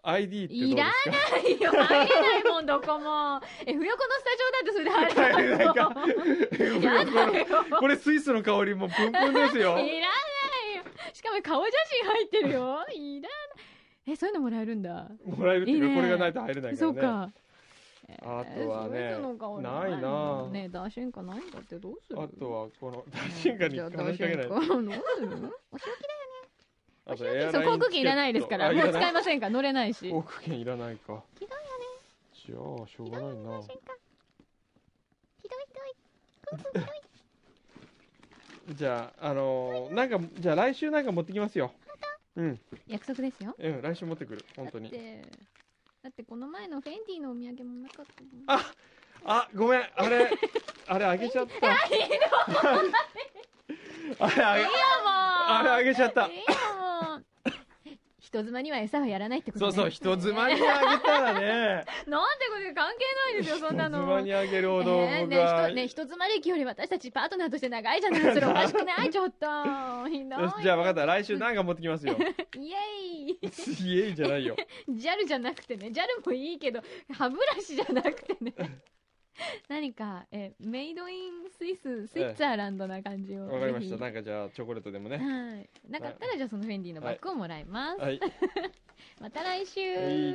[SPEAKER 3] ID ってどう
[SPEAKER 2] い
[SPEAKER 3] で
[SPEAKER 2] らな
[SPEAKER 3] すか
[SPEAKER 2] いよ入れないもんどこもえ不要このスタジオだってそれ入れない
[SPEAKER 3] な
[SPEAKER 2] も
[SPEAKER 3] んか
[SPEAKER 2] んやだよ
[SPEAKER 3] これスイスの香りもうプンプンですよ
[SPEAKER 2] いらないよしかも顔写真入ってるよいらないえそういうのもらえるんだ
[SPEAKER 3] もらえるっていうか
[SPEAKER 2] いいね
[SPEAKER 3] これがないと入れないか
[SPEAKER 2] そう
[SPEAKER 3] らね
[SPEAKER 2] か
[SPEAKER 3] あとはね
[SPEAKER 2] えーそういうのが
[SPEAKER 3] ないな
[SPEAKER 2] もんねダーシンカないんだってどうする
[SPEAKER 3] あとはこの大進化に
[SPEAKER 2] じゃあ
[SPEAKER 3] 話しかけない
[SPEAKER 2] ダーシンカどうする
[SPEAKER 3] あと
[SPEAKER 2] おそう航空券いらないですから
[SPEAKER 3] あ
[SPEAKER 2] もう
[SPEAKER 3] らな
[SPEAKER 2] 使いませんから乗れないし
[SPEAKER 3] 航空券いらないか
[SPEAKER 2] ひどいよね
[SPEAKER 3] じゃあしょうがないな
[SPEAKER 2] ひどいひどい
[SPEAKER 3] じゃああのーなんかじゃあ来週なんか持ってきますようん
[SPEAKER 2] 約束ですよ
[SPEAKER 3] うん来週持ってくる本当に
[SPEAKER 2] だってだってこの前のフェンディのお土産もなかったもん
[SPEAKER 3] あ、あ、ごめん、あ れ、あれあげちゃった。 あれあげ、
[SPEAKER 2] いいよもう
[SPEAKER 3] あれあげちゃった
[SPEAKER 2] いい。よもう一人妻には餌はや らないってこと
[SPEAKER 3] そう
[SPEAKER 2] ね
[SPEAKER 3] そう、人妻にあげたらね、
[SPEAKER 2] なんてことで関係ないですよそんなの
[SPEAKER 3] 人妻にあげる
[SPEAKER 2] え
[SPEAKER 3] ほど
[SPEAKER 2] ー
[SPEAKER 3] 僕
[SPEAKER 2] ね人
[SPEAKER 3] は、
[SPEAKER 2] ね人妻歴より私たちパートナーとして長いじゃないそれおかしく ないちょっとひど
[SPEAKER 3] よし
[SPEAKER 2] い
[SPEAKER 3] じゃあ分かった、来週何か持ってきます よ。
[SPEAKER 2] イエーイ
[SPEAKER 3] すげえじゃないよ。
[SPEAKER 2] ジャルじゃなくてね、ジャルもいいけど、歯ブラシじゃなくてね。 何か、え、メイドインスイス、スイッツアーランドな感じを。
[SPEAKER 3] わかりました。
[SPEAKER 2] ぜ
[SPEAKER 3] なんかじゃあ、チョコレートでも
[SPEAKER 2] ひ
[SPEAKER 3] ね。
[SPEAKER 2] はい。なかったら、じゃあそのフェンディのバッグをもらいます。
[SPEAKER 3] はい。
[SPEAKER 2] また来週、
[SPEAKER 3] い